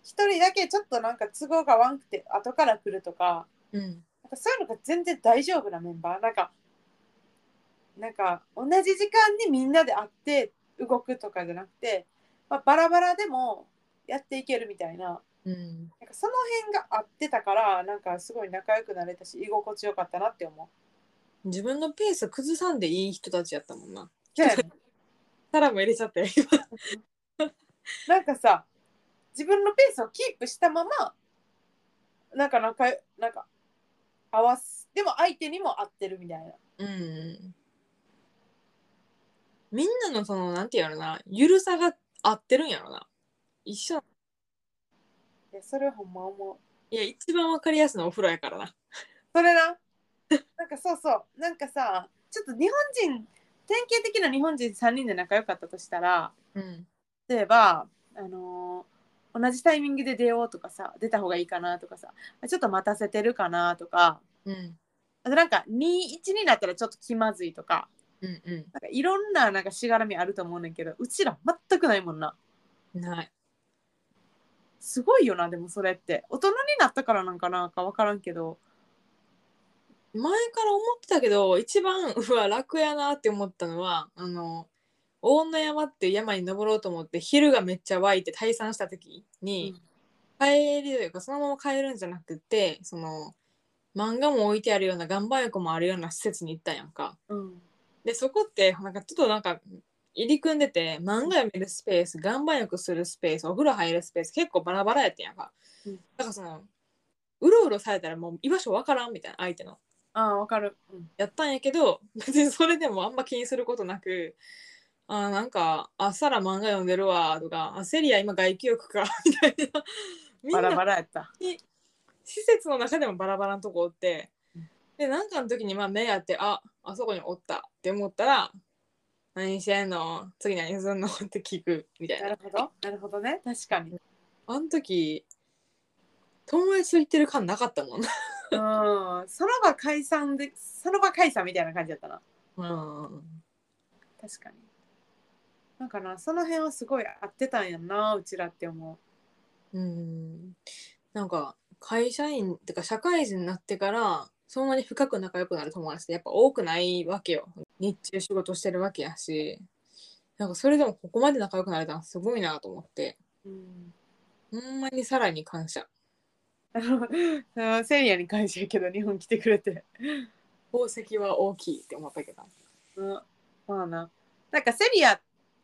[SPEAKER 1] 1人だけちょっとなんか都合が悪くて後から来るとか
[SPEAKER 2] うん
[SPEAKER 1] なんかそういうのが全然大丈夫なメンバーなんかなんか同じ時間にみんなで会って動くとかじゃなくて、まあ、バラバラでもやっていけるみたいな
[SPEAKER 2] うん
[SPEAKER 1] なんかその辺が合ってたからなんかすごい仲良くなれたし居心地よかったなって思う。
[SPEAKER 2] 自分のペース崩さんでいい人たちやったもんな
[SPEAKER 1] そうやね
[SPEAKER 2] タラも入れちゃったよ今
[SPEAKER 1] なんかさ自分のペースをキープしたままなんか仲よなんか合わすでも相手にも合ってるみたいな
[SPEAKER 2] うんみんなのそのなんていうのなゆるさが合ってるんやろな一緒
[SPEAKER 1] いやそれほんま思う
[SPEAKER 2] いや一番わかりやすいのはお風呂やからな
[SPEAKER 1] それななんかそうそうなんかさちょっと日本人典型的な日本人3人で仲良かったとしたら
[SPEAKER 2] うん
[SPEAKER 1] 例えばあのー同じタイミングで出ようとかさ出た方がいいかなとかさちょっと待たせてるかなとか
[SPEAKER 2] うん
[SPEAKER 1] あとなんか21になったらちょっと気まずいとか
[SPEAKER 2] うんう
[SPEAKER 1] なんかいろんななんかしがらみあると思うねんけどうちら全くないもんなん
[SPEAKER 2] ない
[SPEAKER 1] すごいよなでもそれって大人になったからなんかなんか分からんけど
[SPEAKER 2] 前から思ってたけど一番うわ楽やなって思ったのはあの大野山っていう山に登ろうと思って昼がめっちゃ湧いて退散した時に、帰りというかそのまま帰るんじゃなくてその漫画も置いてあるような岩盤浴もあるような施設に行ったやんか
[SPEAKER 1] うん
[SPEAKER 2] でそこってなんかちょっとなんか入り組んでて漫画読めるスペース岩盤浴するスペースお風呂入るスペース結構バラバラやってんやんか、
[SPEAKER 1] うん
[SPEAKER 2] だからそのうろうろされたらもう居場所わからんみたいな相手の。
[SPEAKER 1] ああ分かる、うん、
[SPEAKER 2] やったんやけど別に それでもあんま気にすることなく「あーなんかあサラ漫画読んでるわ」とか「あセリア今外気浴か」みたいなみん
[SPEAKER 1] バラ
[SPEAKER 2] な
[SPEAKER 1] バラやった
[SPEAKER 2] 施設の中でもバラバラのとこおって
[SPEAKER 1] うん
[SPEAKER 2] でなんかの時にまあ目合って「ああそこにおった」って思ったら「何してんの次何すんの?」って聞くみたい
[SPEAKER 1] な
[SPEAKER 2] な
[SPEAKER 1] るほどなるほどね確かにうん
[SPEAKER 2] あの時友達と行ってる感なかったもんな
[SPEAKER 1] その場解散でその場解散みたいな感じやったな
[SPEAKER 2] うん
[SPEAKER 1] 確かになんかなその辺はすごい合ってたんやんなうちらって思
[SPEAKER 2] うんなんか会社員ってか社会人になってからそんなに深く仲良くなる友達ってやっぱ多くないわけよ日中仕事してるわけやしなんかそれでもここまで仲良くなれたのすごいなと思って
[SPEAKER 1] う、うん
[SPEAKER 2] ほんまにさらに感謝
[SPEAKER 1] あのあの、セリアに感謝やけど日本来てくれて
[SPEAKER 2] 宝石は大きいって思ったけど
[SPEAKER 1] うん、まあな。なんかセリア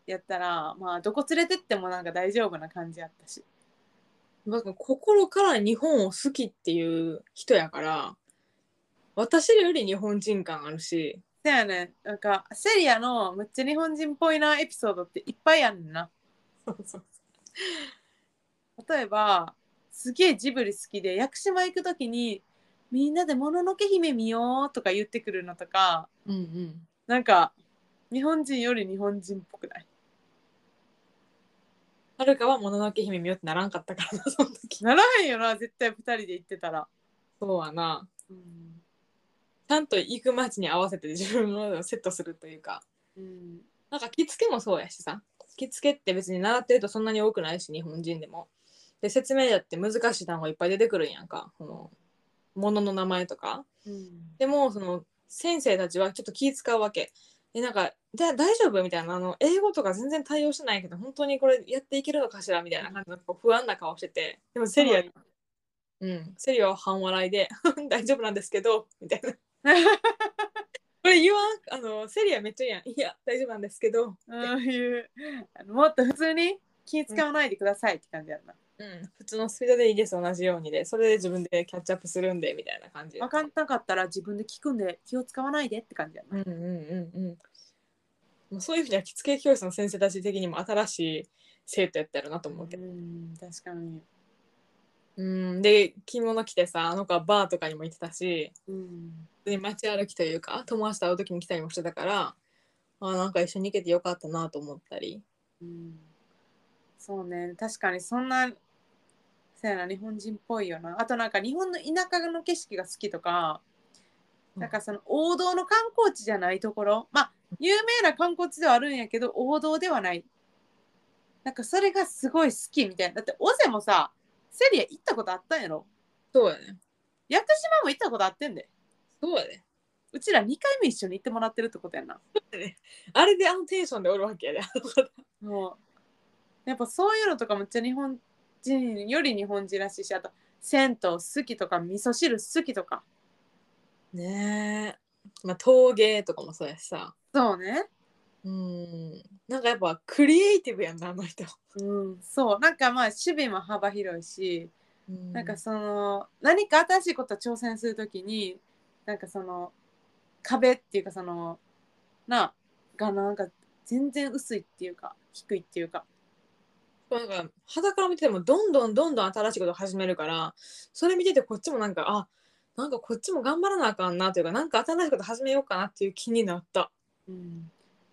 [SPEAKER 1] やったら、まあどこ連れてってもなんか大丈夫な感じやったし。
[SPEAKER 2] なんか心から日本を好きっていう人やから私らより日本人感あるし
[SPEAKER 1] だよね。なんかセリアのめっちゃ日本人っぽいなエピソードっていっぱいあんねんな。例えば、すげえジブリ好きで、屋久島行くときに、みんなでもののけ姫見ようとか言ってくるのとか、
[SPEAKER 2] うんうん
[SPEAKER 1] なんか、日本人より日本人っぽくない
[SPEAKER 2] はるかは「もののけ姫見よ」ってならんかったからな その時
[SPEAKER 1] ならへんよな、絶対2人で行ってたら。
[SPEAKER 2] そうはな
[SPEAKER 1] うん
[SPEAKER 2] ちゃんと行く街に合わせて自分をセットするというか
[SPEAKER 1] うん
[SPEAKER 2] なんか着付けもそうやしさ着付けって別に習ってるとそんなに多くないし日本人でもで説明だって難しい単語いっぱい出てくるんやんかこの物の名前とか
[SPEAKER 1] うん
[SPEAKER 2] でもその先生たちはちょっと気使うわけでなんか「だ大丈夫?」みたいなあの英語とか全然対応してないけど本当にこれやっていけるのかしらみたいな感じのこう不安な顔してて でもセリア、うん、セリアは半笑いで「大丈夫なんですけど」みたいなこれ言わんあのセリアめっちゃいいやんいや大丈夫なんですけど、
[SPEAKER 1] うんいうあのもっと普通に気使わないでくださいって感じやんな、
[SPEAKER 2] うん、普通のスピードでいいです同じようにでそれで自分でキャッチアップするんでみたいな感じ
[SPEAKER 1] 分かんなかったら自分で聞くんで気を使わないでって感じやんな、
[SPEAKER 2] うんうんうんうんもうそういう意味では着付け教室の先生たち的にも新しい生徒やったやろなと思うけど、
[SPEAKER 1] うん確かに、
[SPEAKER 2] うん、で着物着てさあの子はバーとかにも行ってたし
[SPEAKER 1] うん、
[SPEAKER 2] 普通に街歩きというか友達と会う時に来たりもしてたからあなんか一緒に行けてよかったなと思ったり
[SPEAKER 1] うん、そうね確かにそんなそうやな日本人っぽいよなあとなんか日本の田舎の景色が好きとか
[SPEAKER 2] うん
[SPEAKER 1] なんかその王道の観光地じゃないところまあ有名な観光地ではあるんやけど王道ではないなんかそれがすごい好きみたいなだって尾瀬もさセリア行ったことあったんやろ
[SPEAKER 2] そうやね
[SPEAKER 1] 屋久島も行ったことあってんで
[SPEAKER 2] そうやね
[SPEAKER 1] うちら2回目一緒に行ってもらってるってことやな
[SPEAKER 2] あれであのテンションでおるわけやで、あの方
[SPEAKER 1] もうやっぱそういうのとかめっちゃ日本人より日本人らしいしあと銭湯好きとか味噌汁好きとか
[SPEAKER 2] ねえ、まあ、陶芸とかもそうやしさ
[SPEAKER 1] そうね
[SPEAKER 2] うんなんかやっぱクリエイティブやんなあの人、
[SPEAKER 1] うんそうなんかまあ趣味も幅広いし、なんか
[SPEAKER 2] そ
[SPEAKER 1] その何か新しいこと挑戦するときになんかその壁っていうかそのながなんか全然薄いっていうか低いっていうか
[SPEAKER 2] うなんか肌から見ててもどんどんどんどん新しいことを始めるからそれ見ててこっちもなんかあなんかこっちも頑張らなあかんなというかなんか新しいこと始めようかなっていう気になった
[SPEAKER 1] うん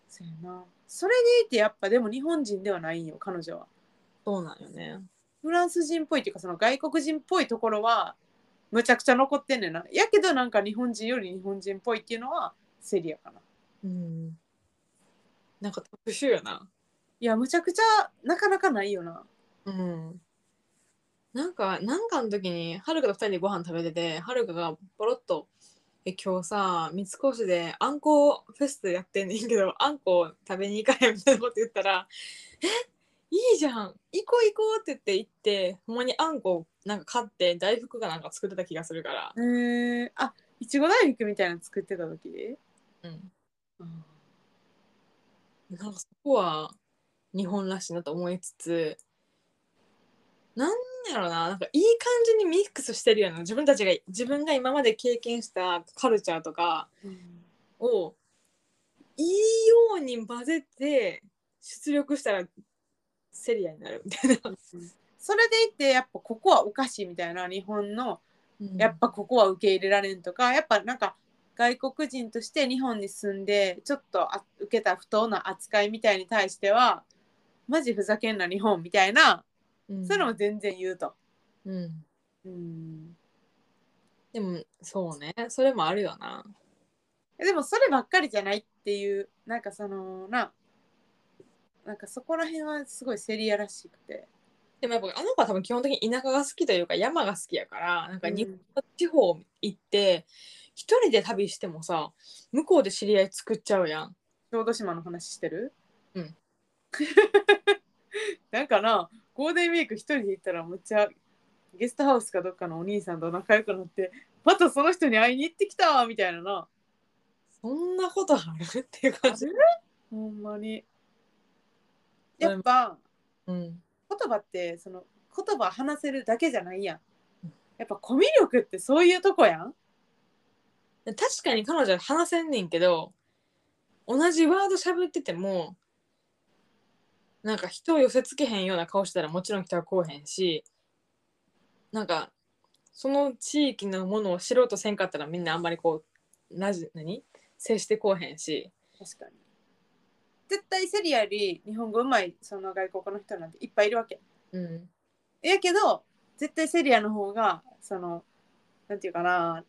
[SPEAKER 1] そうやなそれでいてやっぱでも日本人ではないんよ彼女は
[SPEAKER 2] そうなんよね
[SPEAKER 1] フランス人っぽいっていうかその外国人っぽいところはむちゃくちゃ残ってんねんなやけどなんか日本人より日本人っぽいっていうのはセリアかな
[SPEAKER 2] うんなんか特殊やない
[SPEAKER 1] やむちゃくちゃなかなかないよな
[SPEAKER 2] うんなんかなんかの時にはるかと2人でご飯食べててはるかがポロッと「え今日さ三越であんこフェスやってんねんけどあんこ食べに行かへん」みたいなこと言ったら「えいいじゃん行こう行こう」って言って行ってほんまにあんこなんか買って大福かなんか作ってた気がするから、
[SPEAKER 1] へえあいちご大福みたいなの作ってた時
[SPEAKER 2] うん、
[SPEAKER 1] うん
[SPEAKER 2] なんかそこは日本らしいなと思いつつなんやろななんかいい感じにミックスしてるような自分たちが自分が今まで経験したカルチャーとかをいいように混ぜて出力したらセリアになるみたいな、
[SPEAKER 1] それでいてやっぱここはおかしいみたいな日本のや
[SPEAKER 2] や
[SPEAKER 1] っ
[SPEAKER 2] っ
[SPEAKER 1] ぱ
[SPEAKER 2] ぱ
[SPEAKER 1] ここは受け入れられんとかやっぱなんか外国人として日本に住んでちょっとあ受けた不当な扱いみたいに対してはマジふざけんな日本みたいな
[SPEAKER 2] そ
[SPEAKER 1] そういう
[SPEAKER 2] れ
[SPEAKER 1] の
[SPEAKER 2] も
[SPEAKER 1] も、全然言うと。
[SPEAKER 2] うん、
[SPEAKER 1] うん、
[SPEAKER 2] でもそうねそれもあるよな
[SPEAKER 1] でもそればっかりじゃないっていうなんかそのななんかそこら辺はすごいセリアらしくて。
[SPEAKER 2] でもやっぱあの子は多分基本的に田舎が好きというか山が好きやからなんか日
[SPEAKER 1] うん
[SPEAKER 2] 地方行って一人で旅してもさ向こうで知り合い作っちゃうやん
[SPEAKER 1] 小豆島の話してる
[SPEAKER 2] うん
[SPEAKER 1] なんかなゴールデンウィーク一人で行ったらむっちゃゲストハウスかどっかのお兄さんと仲良くなってまたその人に会いに行ってきたみたいなな
[SPEAKER 2] そんなことあるっていう感じ、
[SPEAKER 1] ほんまに
[SPEAKER 2] うん
[SPEAKER 1] やっぱ
[SPEAKER 2] うん、
[SPEAKER 1] 言葉ってその言葉話せるだけじゃないやんやっぱコミュ力ってそういうとこやん
[SPEAKER 2] 確かに彼女は話せんねんけど同じワード喋っててもなんか人を寄せつけへんような顔してたらもちろん人は来おへんしなんかその地域のものを知ろうとせんかったらみんなあんまりこうなじ何接してこうへんし
[SPEAKER 1] 確かに絶対セリアより日本語うまいその外国の人なんていっぱいいるわけ
[SPEAKER 2] うん
[SPEAKER 1] やけど絶対セリアの方がそのなんていうかな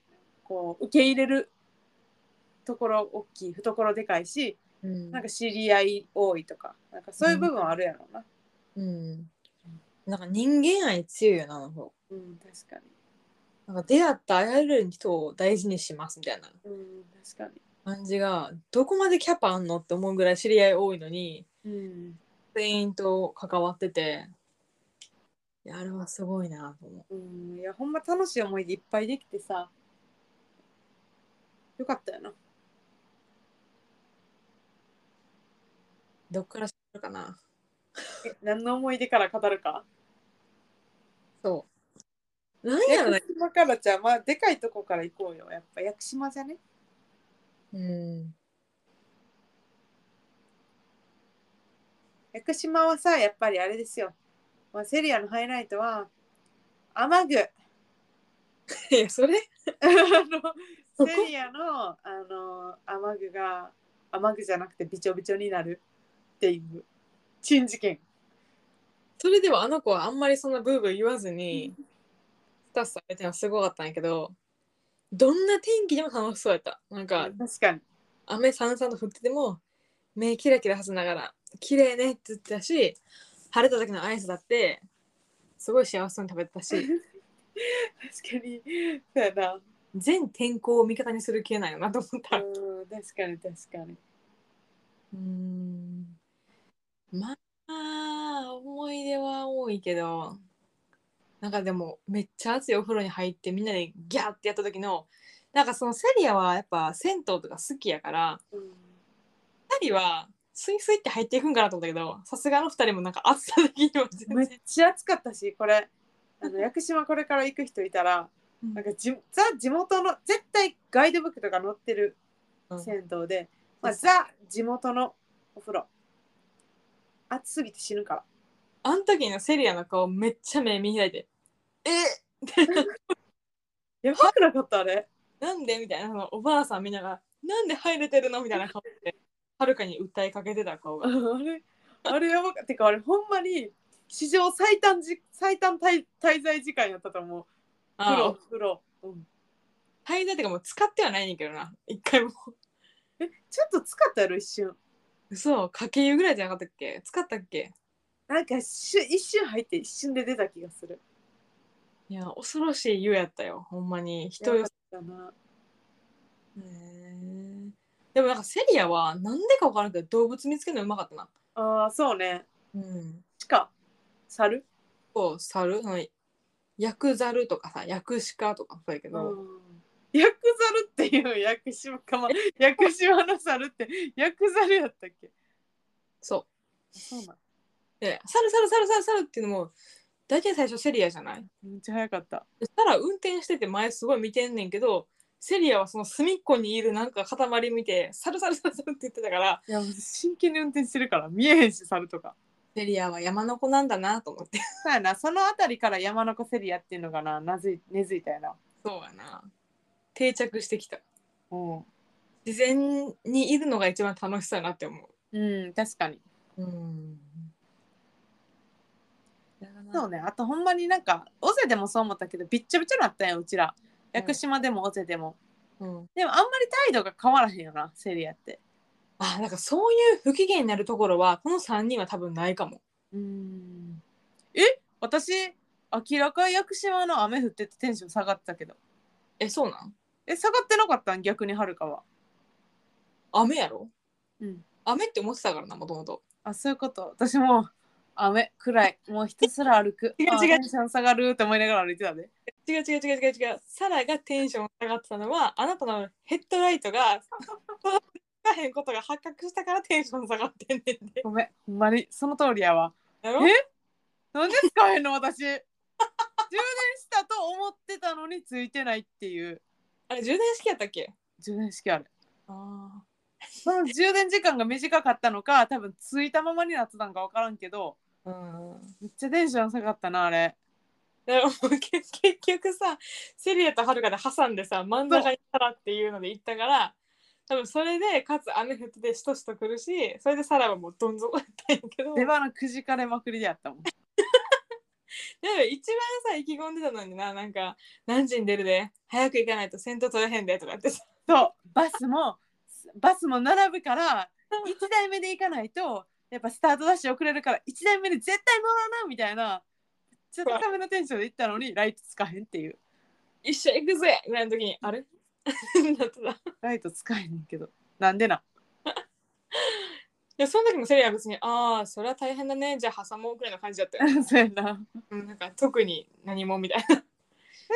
[SPEAKER 1] こう受け入れるところ大きい懐でかいし
[SPEAKER 2] うん
[SPEAKER 1] なんか知り合い多いとかなんかそういう部分はあるやろうな、
[SPEAKER 2] うん。なんか人間愛強いよな、あの方。
[SPEAKER 1] うん確かに、
[SPEAKER 2] なんか出会ったあらゆる人を大事にしますみたいな
[SPEAKER 1] うん、確かに、
[SPEAKER 2] 感じが、どこまでキャパあんのって思うぐらい知り合い多いのに、
[SPEAKER 1] うん
[SPEAKER 2] 全員と関わってて、いやあれはすごいなと思
[SPEAKER 1] うん、いやほんま楽しい思い出いっぱいできてさよかったよな。
[SPEAKER 2] どっからするかな
[SPEAKER 1] え何の思い出から語るか。
[SPEAKER 2] そうなんや
[SPEAKER 1] 屋
[SPEAKER 2] ろね
[SPEAKER 1] 久島からじゃあ、まあ、でかいとこから行こうよ。やっぱ屋久島じゃね
[SPEAKER 2] うん
[SPEAKER 1] 屋久島はさ、やっぱりあれですよ。まあ、セリアのハイライトは、雨具。
[SPEAKER 2] いやそれ
[SPEAKER 1] あ
[SPEAKER 2] そ
[SPEAKER 1] の
[SPEAKER 2] こ
[SPEAKER 1] セリアのあの雨具が雨具じゃなくてびちょびちょになるっていう珍事件
[SPEAKER 2] それではあの子はあんまりそんなブーブー言わずにスタッフされてるのはすごかったんやけどどんな天気でも楽しそうやったなんか
[SPEAKER 1] 確かに
[SPEAKER 2] 雨さんさんと降ってても目キラキラはせながら綺麗ねって言ってたし晴れた時のアイスだってすごい幸せそうに食べてたし
[SPEAKER 1] 確かにそうやな
[SPEAKER 2] 全天候を味方にする系なんやなと思った
[SPEAKER 1] うん確かに確かに
[SPEAKER 2] うんまあ思い出は多いけどなんかでもめっちゃ熱いお風呂に入ってみんなでギャーってやった時のなんかそのセリアはやっぱ銭湯とか好きやから
[SPEAKER 1] うん
[SPEAKER 2] 2人はスイスイって入っていくんかなと思ったけどさすがの2人もなんか暑さ的には全
[SPEAKER 1] めっ
[SPEAKER 2] 然。
[SPEAKER 1] ちゃ暑かったしこれあ の屋久島これから行く人いたらなんかじザ地元の絶対ガイドブックとか載ってる
[SPEAKER 2] うん
[SPEAKER 1] 銭湯で、まあ、ザ地元のお風呂暑すぎて死ぬから
[SPEAKER 2] あの時のセリアの顔めっちゃ目見開いて「え
[SPEAKER 1] やばくなかったあれ
[SPEAKER 2] なんで?」みたいなそのおばあさん見ながら「なんで入れてるの?」みたいな顔ではるかに訴えかけてた顔が
[SPEAKER 1] あれ、あれやばかってか、あれほんまに史上最短じ最短滞滞在時間やったと思う。風
[SPEAKER 2] あ
[SPEAKER 1] 呂、
[SPEAKER 2] あ
[SPEAKER 1] 風呂。うん
[SPEAKER 2] 滞在ってかもう使ってはないねんけどな一回も
[SPEAKER 1] え、ちょっと使ったやろ、一瞬。
[SPEAKER 2] 嘘かけ湯ぐらいじゃなかったっけ使ったっけ
[SPEAKER 1] なんかし一瞬入って一瞬で出た気がする。
[SPEAKER 2] いや恐ろしい湯やったよほんまに人よ
[SPEAKER 1] やばかったな
[SPEAKER 2] ねでもなんかセリアはなんでか分からんけど動物見つけるのうまかったな
[SPEAKER 1] ああ、そうね。
[SPEAKER 2] うん
[SPEAKER 1] 鹿、猿。
[SPEAKER 2] こう猿そのヤクザルとかさヤクシカとかもそうやけ
[SPEAKER 1] う
[SPEAKER 2] ど、
[SPEAKER 1] ん。ヤクザルっていう屋久島かま、屋久島の猿ってヤクザルやったっけ
[SPEAKER 2] そう
[SPEAKER 1] そうなん。
[SPEAKER 2] で「猿猿猿猿猿」っていうのも大体最初セリアじゃない
[SPEAKER 1] めっちゃ早かった。
[SPEAKER 2] でサラ運転してて前すごい見てんねんけどセリアはその隅っこにいるなんか塊見て「猿猿猿猿」って言ってたから
[SPEAKER 1] いや、真剣に運転してるから見えへんし、猿とか。
[SPEAKER 2] セリアは山の子なんだなと思って
[SPEAKER 1] そうやな、そのあたりから山の子セリアっていうのがな、なずい根付いたよな。
[SPEAKER 2] そうやな定着してきた
[SPEAKER 1] うん、
[SPEAKER 2] 自然にいるのが一番楽しそうやなって思
[SPEAKER 1] うん、確かに。
[SPEAKER 2] ううん
[SPEAKER 1] そうね、あとほんまになんか、尾瀬でもそう思ったけど、びっちょびちょなったんよ、うちら。屋久島でも尾瀬でも。
[SPEAKER 2] うん、
[SPEAKER 1] でもあんまり態度が変わらへんよな、セリアって。
[SPEAKER 2] あなんかそういう不機嫌になるところはこの3人は多分ないかも
[SPEAKER 1] うん。え私、明らかに屋久島の雨降っててテンション下がってたけど。
[SPEAKER 2] えそうなん
[SPEAKER 1] え、下がってなかったん逆にはるかは。
[SPEAKER 2] 雨やろ
[SPEAKER 1] うん
[SPEAKER 2] 雨って思ってたからなもともと
[SPEAKER 1] あ、そういうこと。私も、雨、暗い。もうひたすら歩く。
[SPEAKER 2] 違う
[SPEAKER 1] あ
[SPEAKER 2] 違う
[SPEAKER 1] テンション下がるって思いながら歩いてたで、
[SPEAKER 2] 違う違う違う違う違うサラがテンション上がってたのはあなたのヘッドライトが届かへんことが発覚したからテンション下がってんねんで
[SPEAKER 1] ごめん、ほんまに、その通りやわ。
[SPEAKER 2] だろ
[SPEAKER 1] えなんで使えんの、私。充 電したと思ってたのに、ついてないっていう。
[SPEAKER 2] あれ充電式やったっけ
[SPEAKER 1] 充電式ある。
[SPEAKER 2] あ
[SPEAKER 1] その充電時間が短かったのか、多分ついたままになってたんか分からんけど。
[SPEAKER 2] あうん
[SPEAKER 1] めっちゃテンション下がったな、あれ。
[SPEAKER 2] だからもうけ 結局さセリアとハルカで挟んでさ真ん中にサラっていうので行ったから多分それでかつ雨降っててしとしと来るしそれでサラはもうどん底やったんやけど
[SPEAKER 1] 出花くじかれまくりでやったもん。
[SPEAKER 2] でも一番さ意気込んでたのにななんか何時に出るで早く行かないと先頭取れへんでとかってさ
[SPEAKER 1] そう、バスも、バスも並ぶから、1台目で行かないと、やっぱスタートダッシュ遅れるから、1台目で絶対乗らな、みたいな。ちょっと高めのテンションで行ったのに、ライトつかへんっていう。
[SPEAKER 2] 一緒行くぜぐらいの時にあれ なってたい
[SPEAKER 1] ライト使えへんけど。なんでな。
[SPEAKER 2] やその時もセリアは別にああそれは大変だねじゃあ挟もうくらいの感じだったよ
[SPEAKER 1] そうやな。
[SPEAKER 2] うんなんか特に何もみたいな
[SPEAKER 1] ペ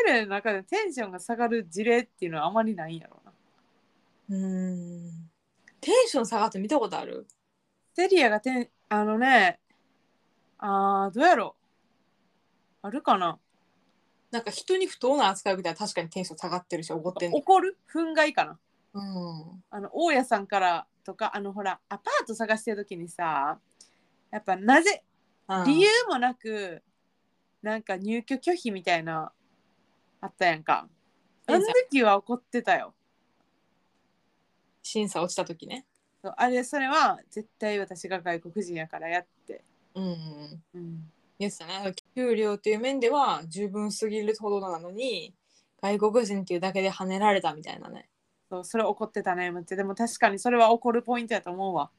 [SPEAKER 1] ルーの中でテンションが下がる事例っていうのはあまりないんやろうな。
[SPEAKER 2] うんテンション下がって見たことある
[SPEAKER 1] セリアがてんあのねあーどうやろうあるかな
[SPEAKER 2] なんか人に不当な扱いみたいな確かにテンション下がってるし怒ってんの
[SPEAKER 1] 怒る憤慨かな
[SPEAKER 2] うん
[SPEAKER 1] あの大家さんからとかあのほらアパート探してる時にさやっぱなぜ
[SPEAKER 2] あー
[SPEAKER 1] 理由もなくなんか入居拒否みたいなあったやんかあ
[SPEAKER 2] え
[SPEAKER 1] の時は怒ってたよ
[SPEAKER 2] 審査落ちた時ね
[SPEAKER 1] そうあれそれは絶対私が外国人やからやって、
[SPEAKER 2] うんうん
[SPEAKER 1] うん、
[SPEAKER 2] 言ってたね給料という面では十分すぎるほどなのに外国人っていうだけで跳ねられたみたいなね
[SPEAKER 1] そうそれ怒ってたねめっちゃでも確かにそれは怒るポイントやと思うわ、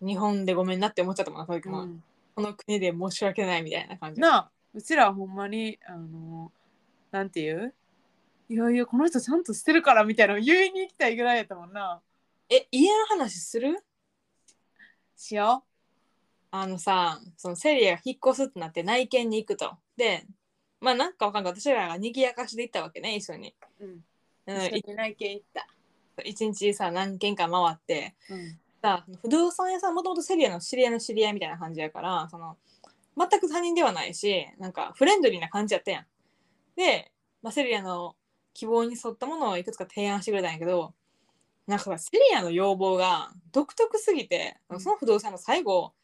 [SPEAKER 2] 日本でごめんなって思っちゃったもんなその時も、
[SPEAKER 1] うん
[SPEAKER 2] この国で申し訳ないみたいな感じ
[SPEAKER 1] なあうちらはほんまにあのなんていういやいやこの人ちゃんとしてるからみたいなの言いに行きたいぐらいやったもんな
[SPEAKER 2] え家の話する
[SPEAKER 1] しよ
[SPEAKER 2] あのさそのセリアが引っ越すってなって内見に行くとでまあなんかわかんない私らが賑やかしで行ったわけね一緒に、
[SPEAKER 1] う、うん、
[SPEAKER 2] うん、
[SPEAKER 1] 一緒
[SPEAKER 2] い
[SPEAKER 1] に内見行った、
[SPEAKER 2] 一日さ何軒か回って
[SPEAKER 1] うん
[SPEAKER 2] さ不動産屋さんもともとセリアの知り合いの知り合いみたいな感じやからその全く他人ではないしなんかフレンドリーな感じやったやんで、まあ、セリアの希望に沿ったものをいくつか提案してくれたんやけどなんかさセリアの要望が独特すぎて
[SPEAKER 1] うん
[SPEAKER 2] その不動産の最後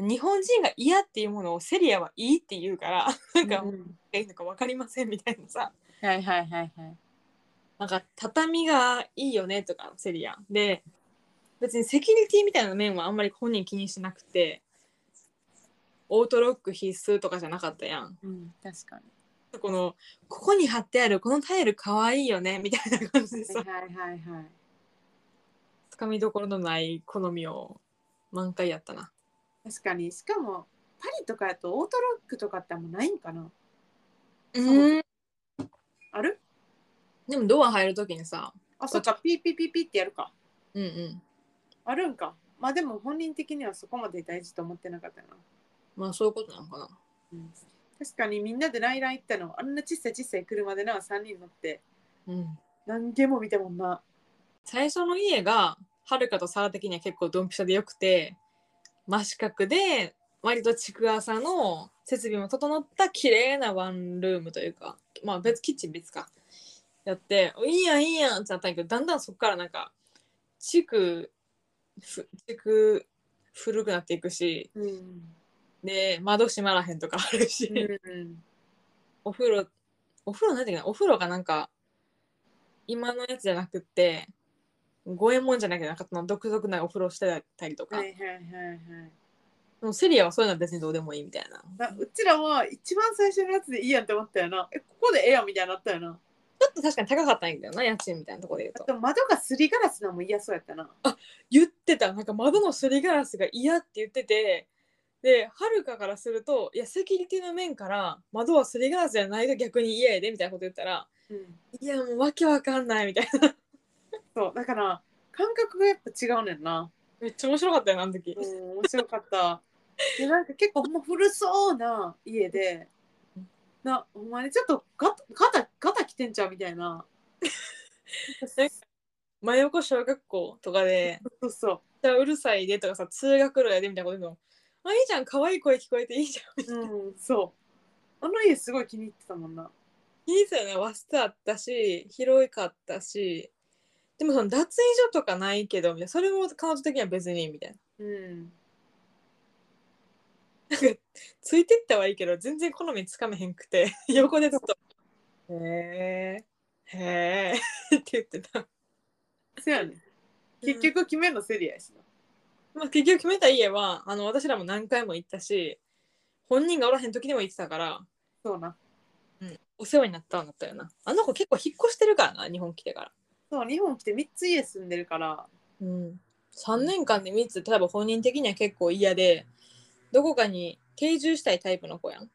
[SPEAKER 2] 日本人が嫌っていうものをセリアはいいって言うから なんか
[SPEAKER 1] う
[SPEAKER 2] もういいのか分かりませんみたいなさ
[SPEAKER 1] はいはいはいはい
[SPEAKER 2] なんか畳がいいよねとかセリアで別にセキュリティみたいな面はあんまり本人気にしてなくてオートロック必須とかじゃなかったやん
[SPEAKER 1] うん、確かに。
[SPEAKER 2] このここに貼ってあるこのタイルかわいいよねみたいな感じでさ
[SPEAKER 1] はいはいはい。
[SPEAKER 2] つかみどころのない好みを満開やったな
[SPEAKER 1] 確かに。しかも、パリとかやとオートロックとかってあんまないんかな
[SPEAKER 2] うん
[SPEAKER 1] ある
[SPEAKER 2] でもドア入るときにさ
[SPEAKER 1] あ、そっか、ピーピーピーピーってやるか。
[SPEAKER 2] うんうん
[SPEAKER 1] あるんか。まあでも本人的にはそこまで大事と思ってなかったな。
[SPEAKER 2] まあそういうことなのかな
[SPEAKER 1] うん、確かにみんなでライライ行ったの、あんなちっさいちっさい車でな、3人乗って、
[SPEAKER 2] うん
[SPEAKER 1] 何軒も見たもんな。
[SPEAKER 2] 最初の家がはるかとサラ的には結構ドンピシャでよくて真四角で割とちくわさの設備も整った綺麗なワンルームというかまあ別キッチン別かやって「いいやんいいやん」ってなったんやけどだんだんそこからなんか地区ふ地区古くなっていくし
[SPEAKER 1] うん。
[SPEAKER 2] で窓閉まらへんとかあるし、
[SPEAKER 1] うん。
[SPEAKER 2] お風呂お風呂なんていうかなお風呂がなんか今のやつじゃなくって五右衛門じゃなきゃなんかその独特なお風呂してたりとか、
[SPEAKER 1] はいはいはいはい。
[SPEAKER 2] でもセリアはそういうのは別にどうでもいいみたいな
[SPEAKER 1] なうちらは一番最初のやつでいいやんって思ったよな。え、ここでええやんみたいになったよな。
[SPEAKER 2] ちょっと確かに高かったんやけどな家賃みたいなところで言う
[SPEAKER 1] あ
[SPEAKER 2] と
[SPEAKER 1] と窓がすりガラスなのも嫌そうやったな。
[SPEAKER 2] 言ってたなんか窓のすりガラスが嫌って言っててではるかからするといやセキュリティの面から窓はすりガラスじゃないと逆に嫌やでみたいなこと言ったら
[SPEAKER 1] うん
[SPEAKER 2] いやもうわけわかんないみたいな
[SPEAKER 1] そうだから感覚がやっぱ違うねんな。
[SPEAKER 2] めっちゃ面白かったよなあの時
[SPEAKER 1] うん、面白かった。でなんか結構ほんま古そうな家で、なお前ちょっとガガタガタきてんちゃうみたいな。
[SPEAKER 2] 真横小学校とかで
[SPEAKER 1] そうそ
[SPEAKER 2] めっちゃうるさいでとかさ通学路やでみたいなこと言うのあいいじゃん可愛い声聞こえていいじゃんみた
[SPEAKER 1] う。
[SPEAKER 2] いな
[SPEAKER 1] うん、そう。あの家すごい気に入ってたもんな。
[SPEAKER 2] いいですよね和室あったし広かったしでもその脱衣所とかないけどみたいなそれも彼女的には別にみたいな
[SPEAKER 1] うん。
[SPEAKER 2] ついてったはいいけど全然好みつかめへんくて 横でずっと「へえへえ」 って言ってた、
[SPEAKER 1] そうやね。結局決めんのセリアやしな。
[SPEAKER 2] まあ、結局決めた家はあの私らも何回も行ったし本人がおらへん時にも行ってたから
[SPEAKER 1] そうな。
[SPEAKER 2] お世話になったんだったよなあの子結構引っ越してるからな日本来てから。
[SPEAKER 1] そう日本来て3つ家住んでるから。
[SPEAKER 2] うん、3年間で3つ多分本人的には結構嫌でどこかに定住したいタイプの子やん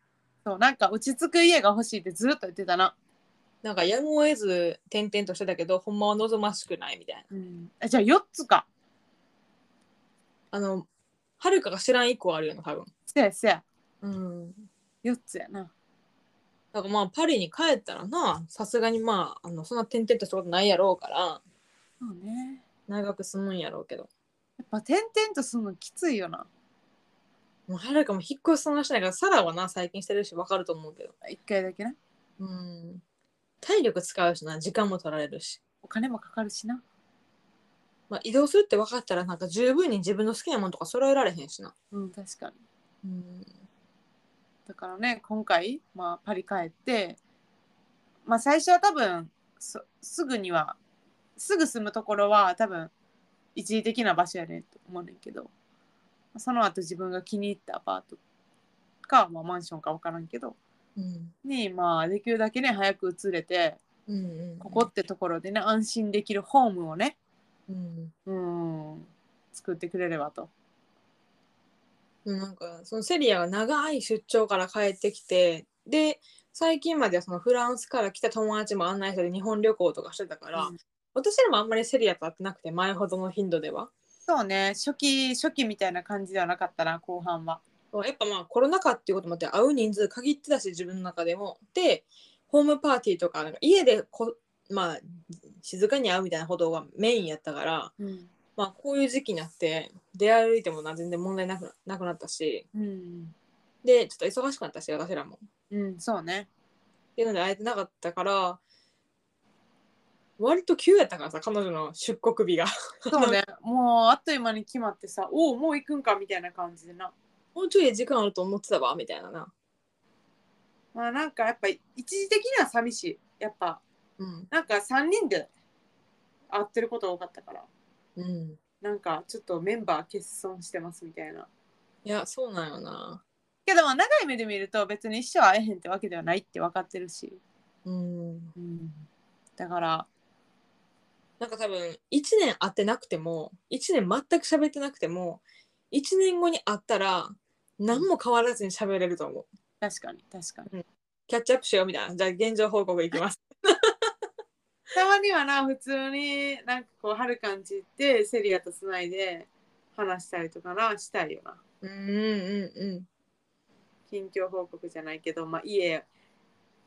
[SPEAKER 1] そうなんか落ち着く家が欲しいってずっと言ってたな。
[SPEAKER 2] なんかやむを得ず転々としてたけどほんまは望ましくないみたいな
[SPEAKER 1] うん。あじゃあ4つか。
[SPEAKER 2] あのはるかが知らん1個あるよな多分
[SPEAKER 1] せやせや。
[SPEAKER 2] うん
[SPEAKER 1] 4つやな。
[SPEAKER 2] だからまあパリに帰ったらなさすがにまああのそんな転々としたことないやろうから
[SPEAKER 1] そうね。
[SPEAKER 2] 長く済むんやろうけど
[SPEAKER 1] やっぱ点々とするのきついよな
[SPEAKER 2] もうはるかも引っ越しそんなしないからサラはな最近してるし分かると思うけど
[SPEAKER 1] 一回だけな
[SPEAKER 2] うん体力使うしな時間も取られるし、
[SPEAKER 1] お金もかかるしな
[SPEAKER 2] まあ、移動するって分かったらなんか十分に自分の好きなものとか揃えられへんしな
[SPEAKER 1] うん確かに
[SPEAKER 2] うん
[SPEAKER 1] だからね今回、まあ、パリ帰って、まあ、最初は多分そすぐにはすぐ住むところは多分一時的な場所やねんと思うねんけどその後自分が気に入ったアパートか、まあ、マンションか分からんけど
[SPEAKER 2] うん
[SPEAKER 1] に、まあ、できるだけね早く移れて
[SPEAKER 2] うんうん
[SPEAKER 1] ここってところでね安心できるホームをね
[SPEAKER 2] うん
[SPEAKER 1] うん作ってくれればと。
[SPEAKER 2] なんかそのセリアが長い出張から帰ってきてで最近まではそのフランスから来た友達も案内して日本旅行とかしてたから、
[SPEAKER 1] うん
[SPEAKER 2] 私らもあんまりセリアと会ってなくて前ほどの頻度では
[SPEAKER 1] そうね初期初期みたいな感じではなかったな後半は。
[SPEAKER 2] やっぱまあコロナ禍っていうこともあって会う人数限ってたし自分の中でもでホームパーティーとかなんか家でこ、まあ、静かに会うみたいなほどがメインやったから、
[SPEAKER 1] うん
[SPEAKER 2] まあ、こういう時期になって出歩いてもな全然問題なくななくなったし
[SPEAKER 1] うん、
[SPEAKER 2] でちょっと忙しくなったし私らも。
[SPEAKER 1] うん、そう ね。
[SPEAKER 2] っていうので会えてなかったから割と急やったからさ彼女の出国日が
[SPEAKER 1] そうね、もうあっという間に決まってさ、おお、もう行くんかみたいな感じでな。
[SPEAKER 2] もうちょい時間あると思ってたわみたいなな、
[SPEAKER 1] まあなんかやっぱ一時的には寂しい。やっぱ
[SPEAKER 2] うん
[SPEAKER 1] なんか3人で会ってることが多かったから、
[SPEAKER 2] うん、
[SPEAKER 1] なんかちょっとメンバー欠損してますみたいな。
[SPEAKER 2] いやそうなんよな
[SPEAKER 1] けどまあ長い目で見ると別に一生会えへんってわけではないって分かってるし。
[SPEAKER 2] うん
[SPEAKER 1] うん、だから、
[SPEAKER 2] なんか多分1年会ってなくても1年全く喋ってなくても1年後に会ったら何も変わらずに喋れると思う
[SPEAKER 1] 確かに確かに。
[SPEAKER 2] キャッチアップしようみたいなじゃあ現状報告いきます
[SPEAKER 1] たまにはな、普通になんかこう、はるかんち行ってセリアとつないで話したりとかな、したいよな。
[SPEAKER 2] うんうんう
[SPEAKER 1] 近況報告じゃないけど、まあ、家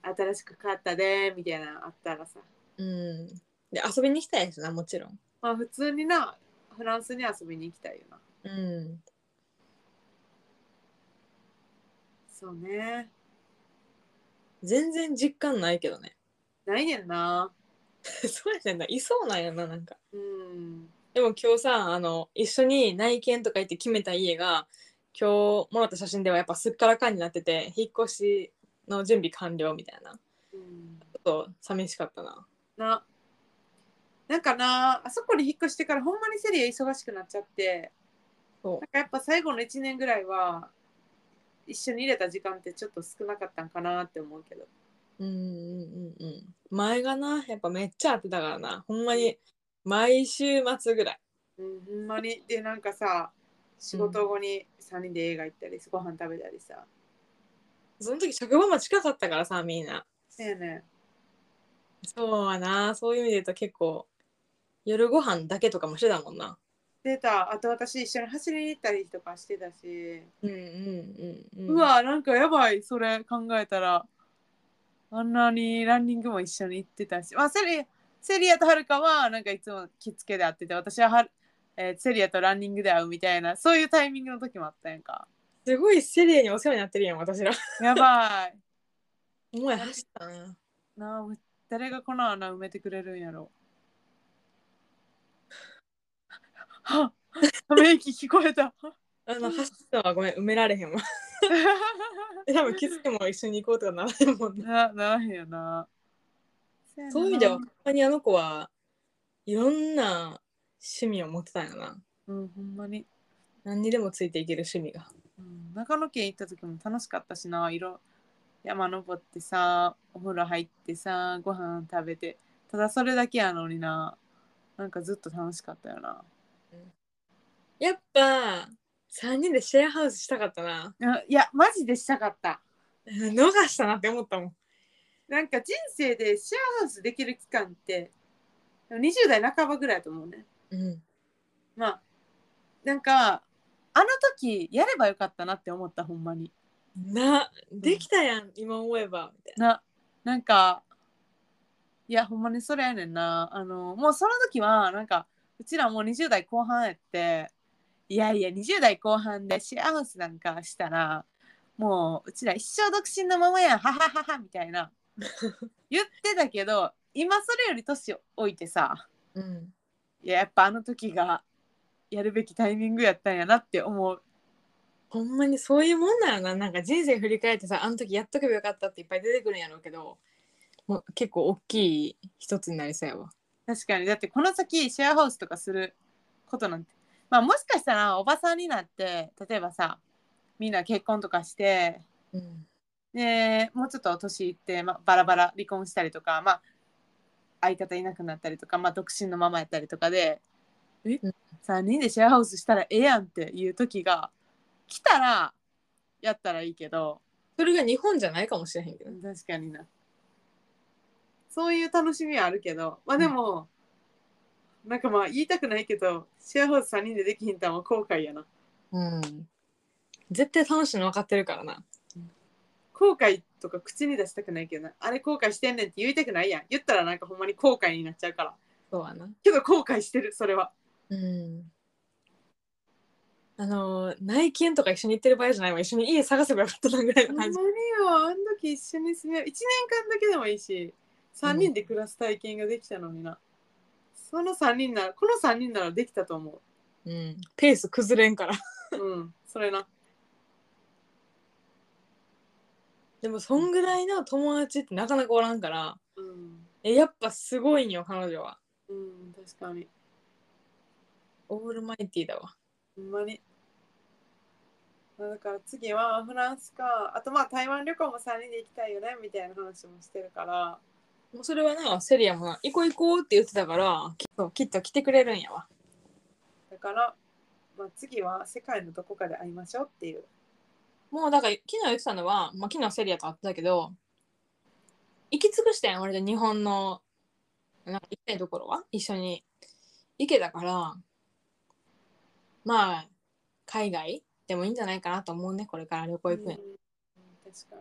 [SPEAKER 1] 新しく買ったでみたいなのあったらさ、
[SPEAKER 2] んうんで遊びに来たいしなもちろん
[SPEAKER 1] まあ、普通になフランスに遊びに行きたいよな
[SPEAKER 2] うん
[SPEAKER 1] そうね
[SPEAKER 2] 全然実感ないけどね
[SPEAKER 1] ないねんな
[SPEAKER 2] そうやねんないそうなんやななんか
[SPEAKER 1] うん
[SPEAKER 2] でも今日さあの一緒に内見とか行って決めた家が今日もらった写真ではやっぱすっからかんになってて引っ越しの準備完了みたいなち
[SPEAKER 1] うん
[SPEAKER 2] ょっと寂しかったな
[SPEAKER 1] ななんかなあそこに引っ越してからほんまにセリア忙しくなっちゃって
[SPEAKER 2] そ
[SPEAKER 1] なんかやっぱ最後の1年ぐらいは一緒に入れた時間ってちょっと少なかったんかなって思うけど
[SPEAKER 2] ううんうんうんうん前がなやっぱめっちゃ会ってたからなほんまに毎週末ぐらい
[SPEAKER 1] うん、ほんまにでなんかさ仕事後に3人で映画行ったりご飯食べたりさ、
[SPEAKER 2] その時職場も近かったからさみんな
[SPEAKER 1] そうやね
[SPEAKER 2] そうやなそういう意味で言うと結構夜ご飯だけとかもしてたもんな
[SPEAKER 1] 出たあと私一緒に走りに行ったりとかしてたし、
[SPEAKER 2] うんうんうん
[SPEAKER 1] う
[SPEAKER 2] うん
[SPEAKER 1] わなんかやばいそれ考えたらあんなにランニングも一緒に行ってたし、まあ、セリセリアとはるかはなんかいつも着付けで会ってて私ははる、えーセリアとランニングで会うみたいなそういうタイミングの時もあったやんか
[SPEAKER 2] すごいセリアにお世話になってるやん私ら
[SPEAKER 1] やばい
[SPEAKER 2] もうや走ったな。
[SPEAKER 1] なあ誰がこの穴埋めてくれるんやろはっため息聞こえ た
[SPEAKER 2] あの走ったのはごめん埋められへんわ。 多分気づけも一緒に行こうとかならへんもんな。
[SPEAKER 1] なならへんよな。
[SPEAKER 2] そういう意味では、ほんまにあの子はいろんな趣味を持ってたんやな。
[SPEAKER 1] うん、ほんまに、
[SPEAKER 2] 何にでもついていける趣味が。
[SPEAKER 1] うん。長野県行った時も楽しかったしな、色山登ってさ、お風呂入ってさ、ご飯食べて、ただそれだけやのにな、なんかずっと楽しかったよな。
[SPEAKER 2] やっぱ3人でシェアハウスしたかったな。
[SPEAKER 1] あいや、マジでしたかった。
[SPEAKER 2] 逃したなって思ったもん。
[SPEAKER 1] なんか人生でシェアハウスできる期間って、でも20代半ばぐらいだと思うね。
[SPEAKER 2] うん。
[SPEAKER 1] まあ、なんか、あの時やればよかったなって思った、ほんまに。
[SPEAKER 2] な、できたやん、今思えば。みたい
[SPEAKER 1] ななんかいやほんまにそれやねんなあのもうその時はなんかうちらもう20代後半やっていやいや20代後半でシェアハウスなんかしたらもううちら一生独身のままやんははははみたいな 言ってたけど今それより年老いてさ
[SPEAKER 2] うん
[SPEAKER 1] いややっぱあの時がやるべきタイミングやったんやなって思う
[SPEAKER 2] ほんまにそういうもんなのななんか人生振り返ってさあの時やっとけばよかったっていっぱい出てくるんやろうけどもう結構大きい一つになりそうやわ
[SPEAKER 1] 確かにだってこの先シェアハウスとかすることなんてまあもしかしたらおばさんになって例えばさみんな結婚とかして
[SPEAKER 2] うん
[SPEAKER 1] でもうちょっと年いって、まあ、バラバラ離婚したりとか、まあ、相方いなくなったりとか、まあ、独身のままやったりとかでえ
[SPEAKER 2] うん
[SPEAKER 1] 3人でシェアハウスしたらええやんっていう時が来たらやったらいいけど
[SPEAKER 2] それが日本じゃないかもしれへんけど
[SPEAKER 1] 確かになそういう楽しみはあるけどまあでも、なんかまあ言いたくないけどシェアハウス3人でできひんたんは後悔やな
[SPEAKER 2] うん絶対楽しいの分かってるからな
[SPEAKER 1] 後悔とか口に出したくないけどなあれ後悔してんねんって言いたくないやん言ったらなんかほんまに後悔になっちゃうから
[SPEAKER 2] そうはな
[SPEAKER 1] けど後悔してるそれは
[SPEAKER 2] うんあのー内見とか一緒に行ってる場合じゃないわ一緒に家探せばよかったなぐらい
[SPEAKER 1] ほ
[SPEAKER 2] の
[SPEAKER 1] んま
[SPEAKER 2] 感
[SPEAKER 1] に
[SPEAKER 2] じ
[SPEAKER 1] よあん時一緒に住める1年間だけでもいいし3人で暮らす体験ができたのにな、その3人ならこの3人ならできたと思
[SPEAKER 2] うんペース崩れんから
[SPEAKER 1] ううんそれな
[SPEAKER 2] でもそんぐらいの友達ってなかなかおらんから
[SPEAKER 1] うん、
[SPEAKER 2] えやっぱすごいんよ彼女は
[SPEAKER 1] うん、確かに
[SPEAKER 2] オールマイティーだわ
[SPEAKER 1] ほんまにまあだから次はフランスかあとまあ台湾旅行も3人で行きたいよねみたいな話もしてるから
[SPEAKER 2] もうそれはなセリアもな行こう行こうって言ってたからきっときっと来てくれるんやわ
[SPEAKER 1] だから、まあ、次は世界のどこかで会いましょうっていう
[SPEAKER 2] もうだから昨日言ってたのは、まあ、昨日セリアと会ってたけど行き尽くしたやん割と日本のなんか行きたいところは一緒に行けたからまあ海外でもいいんじゃないかなと思うねこれから旅行行くんや
[SPEAKER 1] うん確か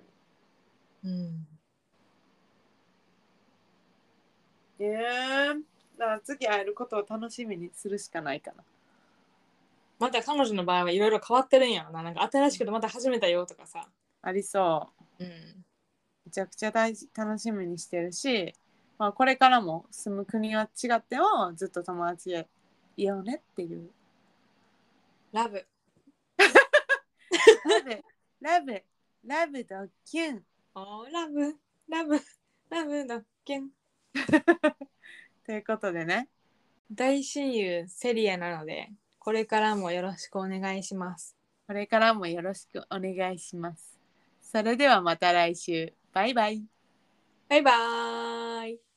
[SPEAKER 1] に
[SPEAKER 2] うん
[SPEAKER 1] ねえだから次会えることを楽しみにするしかないかな
[SPEAKER 2] また彼女の場合はいろいろ変わってるんやろななんか新しくてまた始めたよとかさ
[SPEAKER 1] ありそう
[SPEAKER 2] うん
[SPEAKER 1] めちゃくちゃ大事楽しみにしてるし、まあ、これからも住む国は違ってもずっと友達でいようねっていう
[SPEAKER 2] ラブ
[SPEAKER 1] ラブラブラブドキュン
[SPEAKER 2] おーラブラブラブだっけん
[SPEAKER 1] ということでね
[SPEAKER 2] 大親友セリアなのでこれからもよろしくお願いします
[SPEAKER 1] これからもよろしくお願いしますそれではまた来週バイバイ
[SPEAKER 2] バイバーイ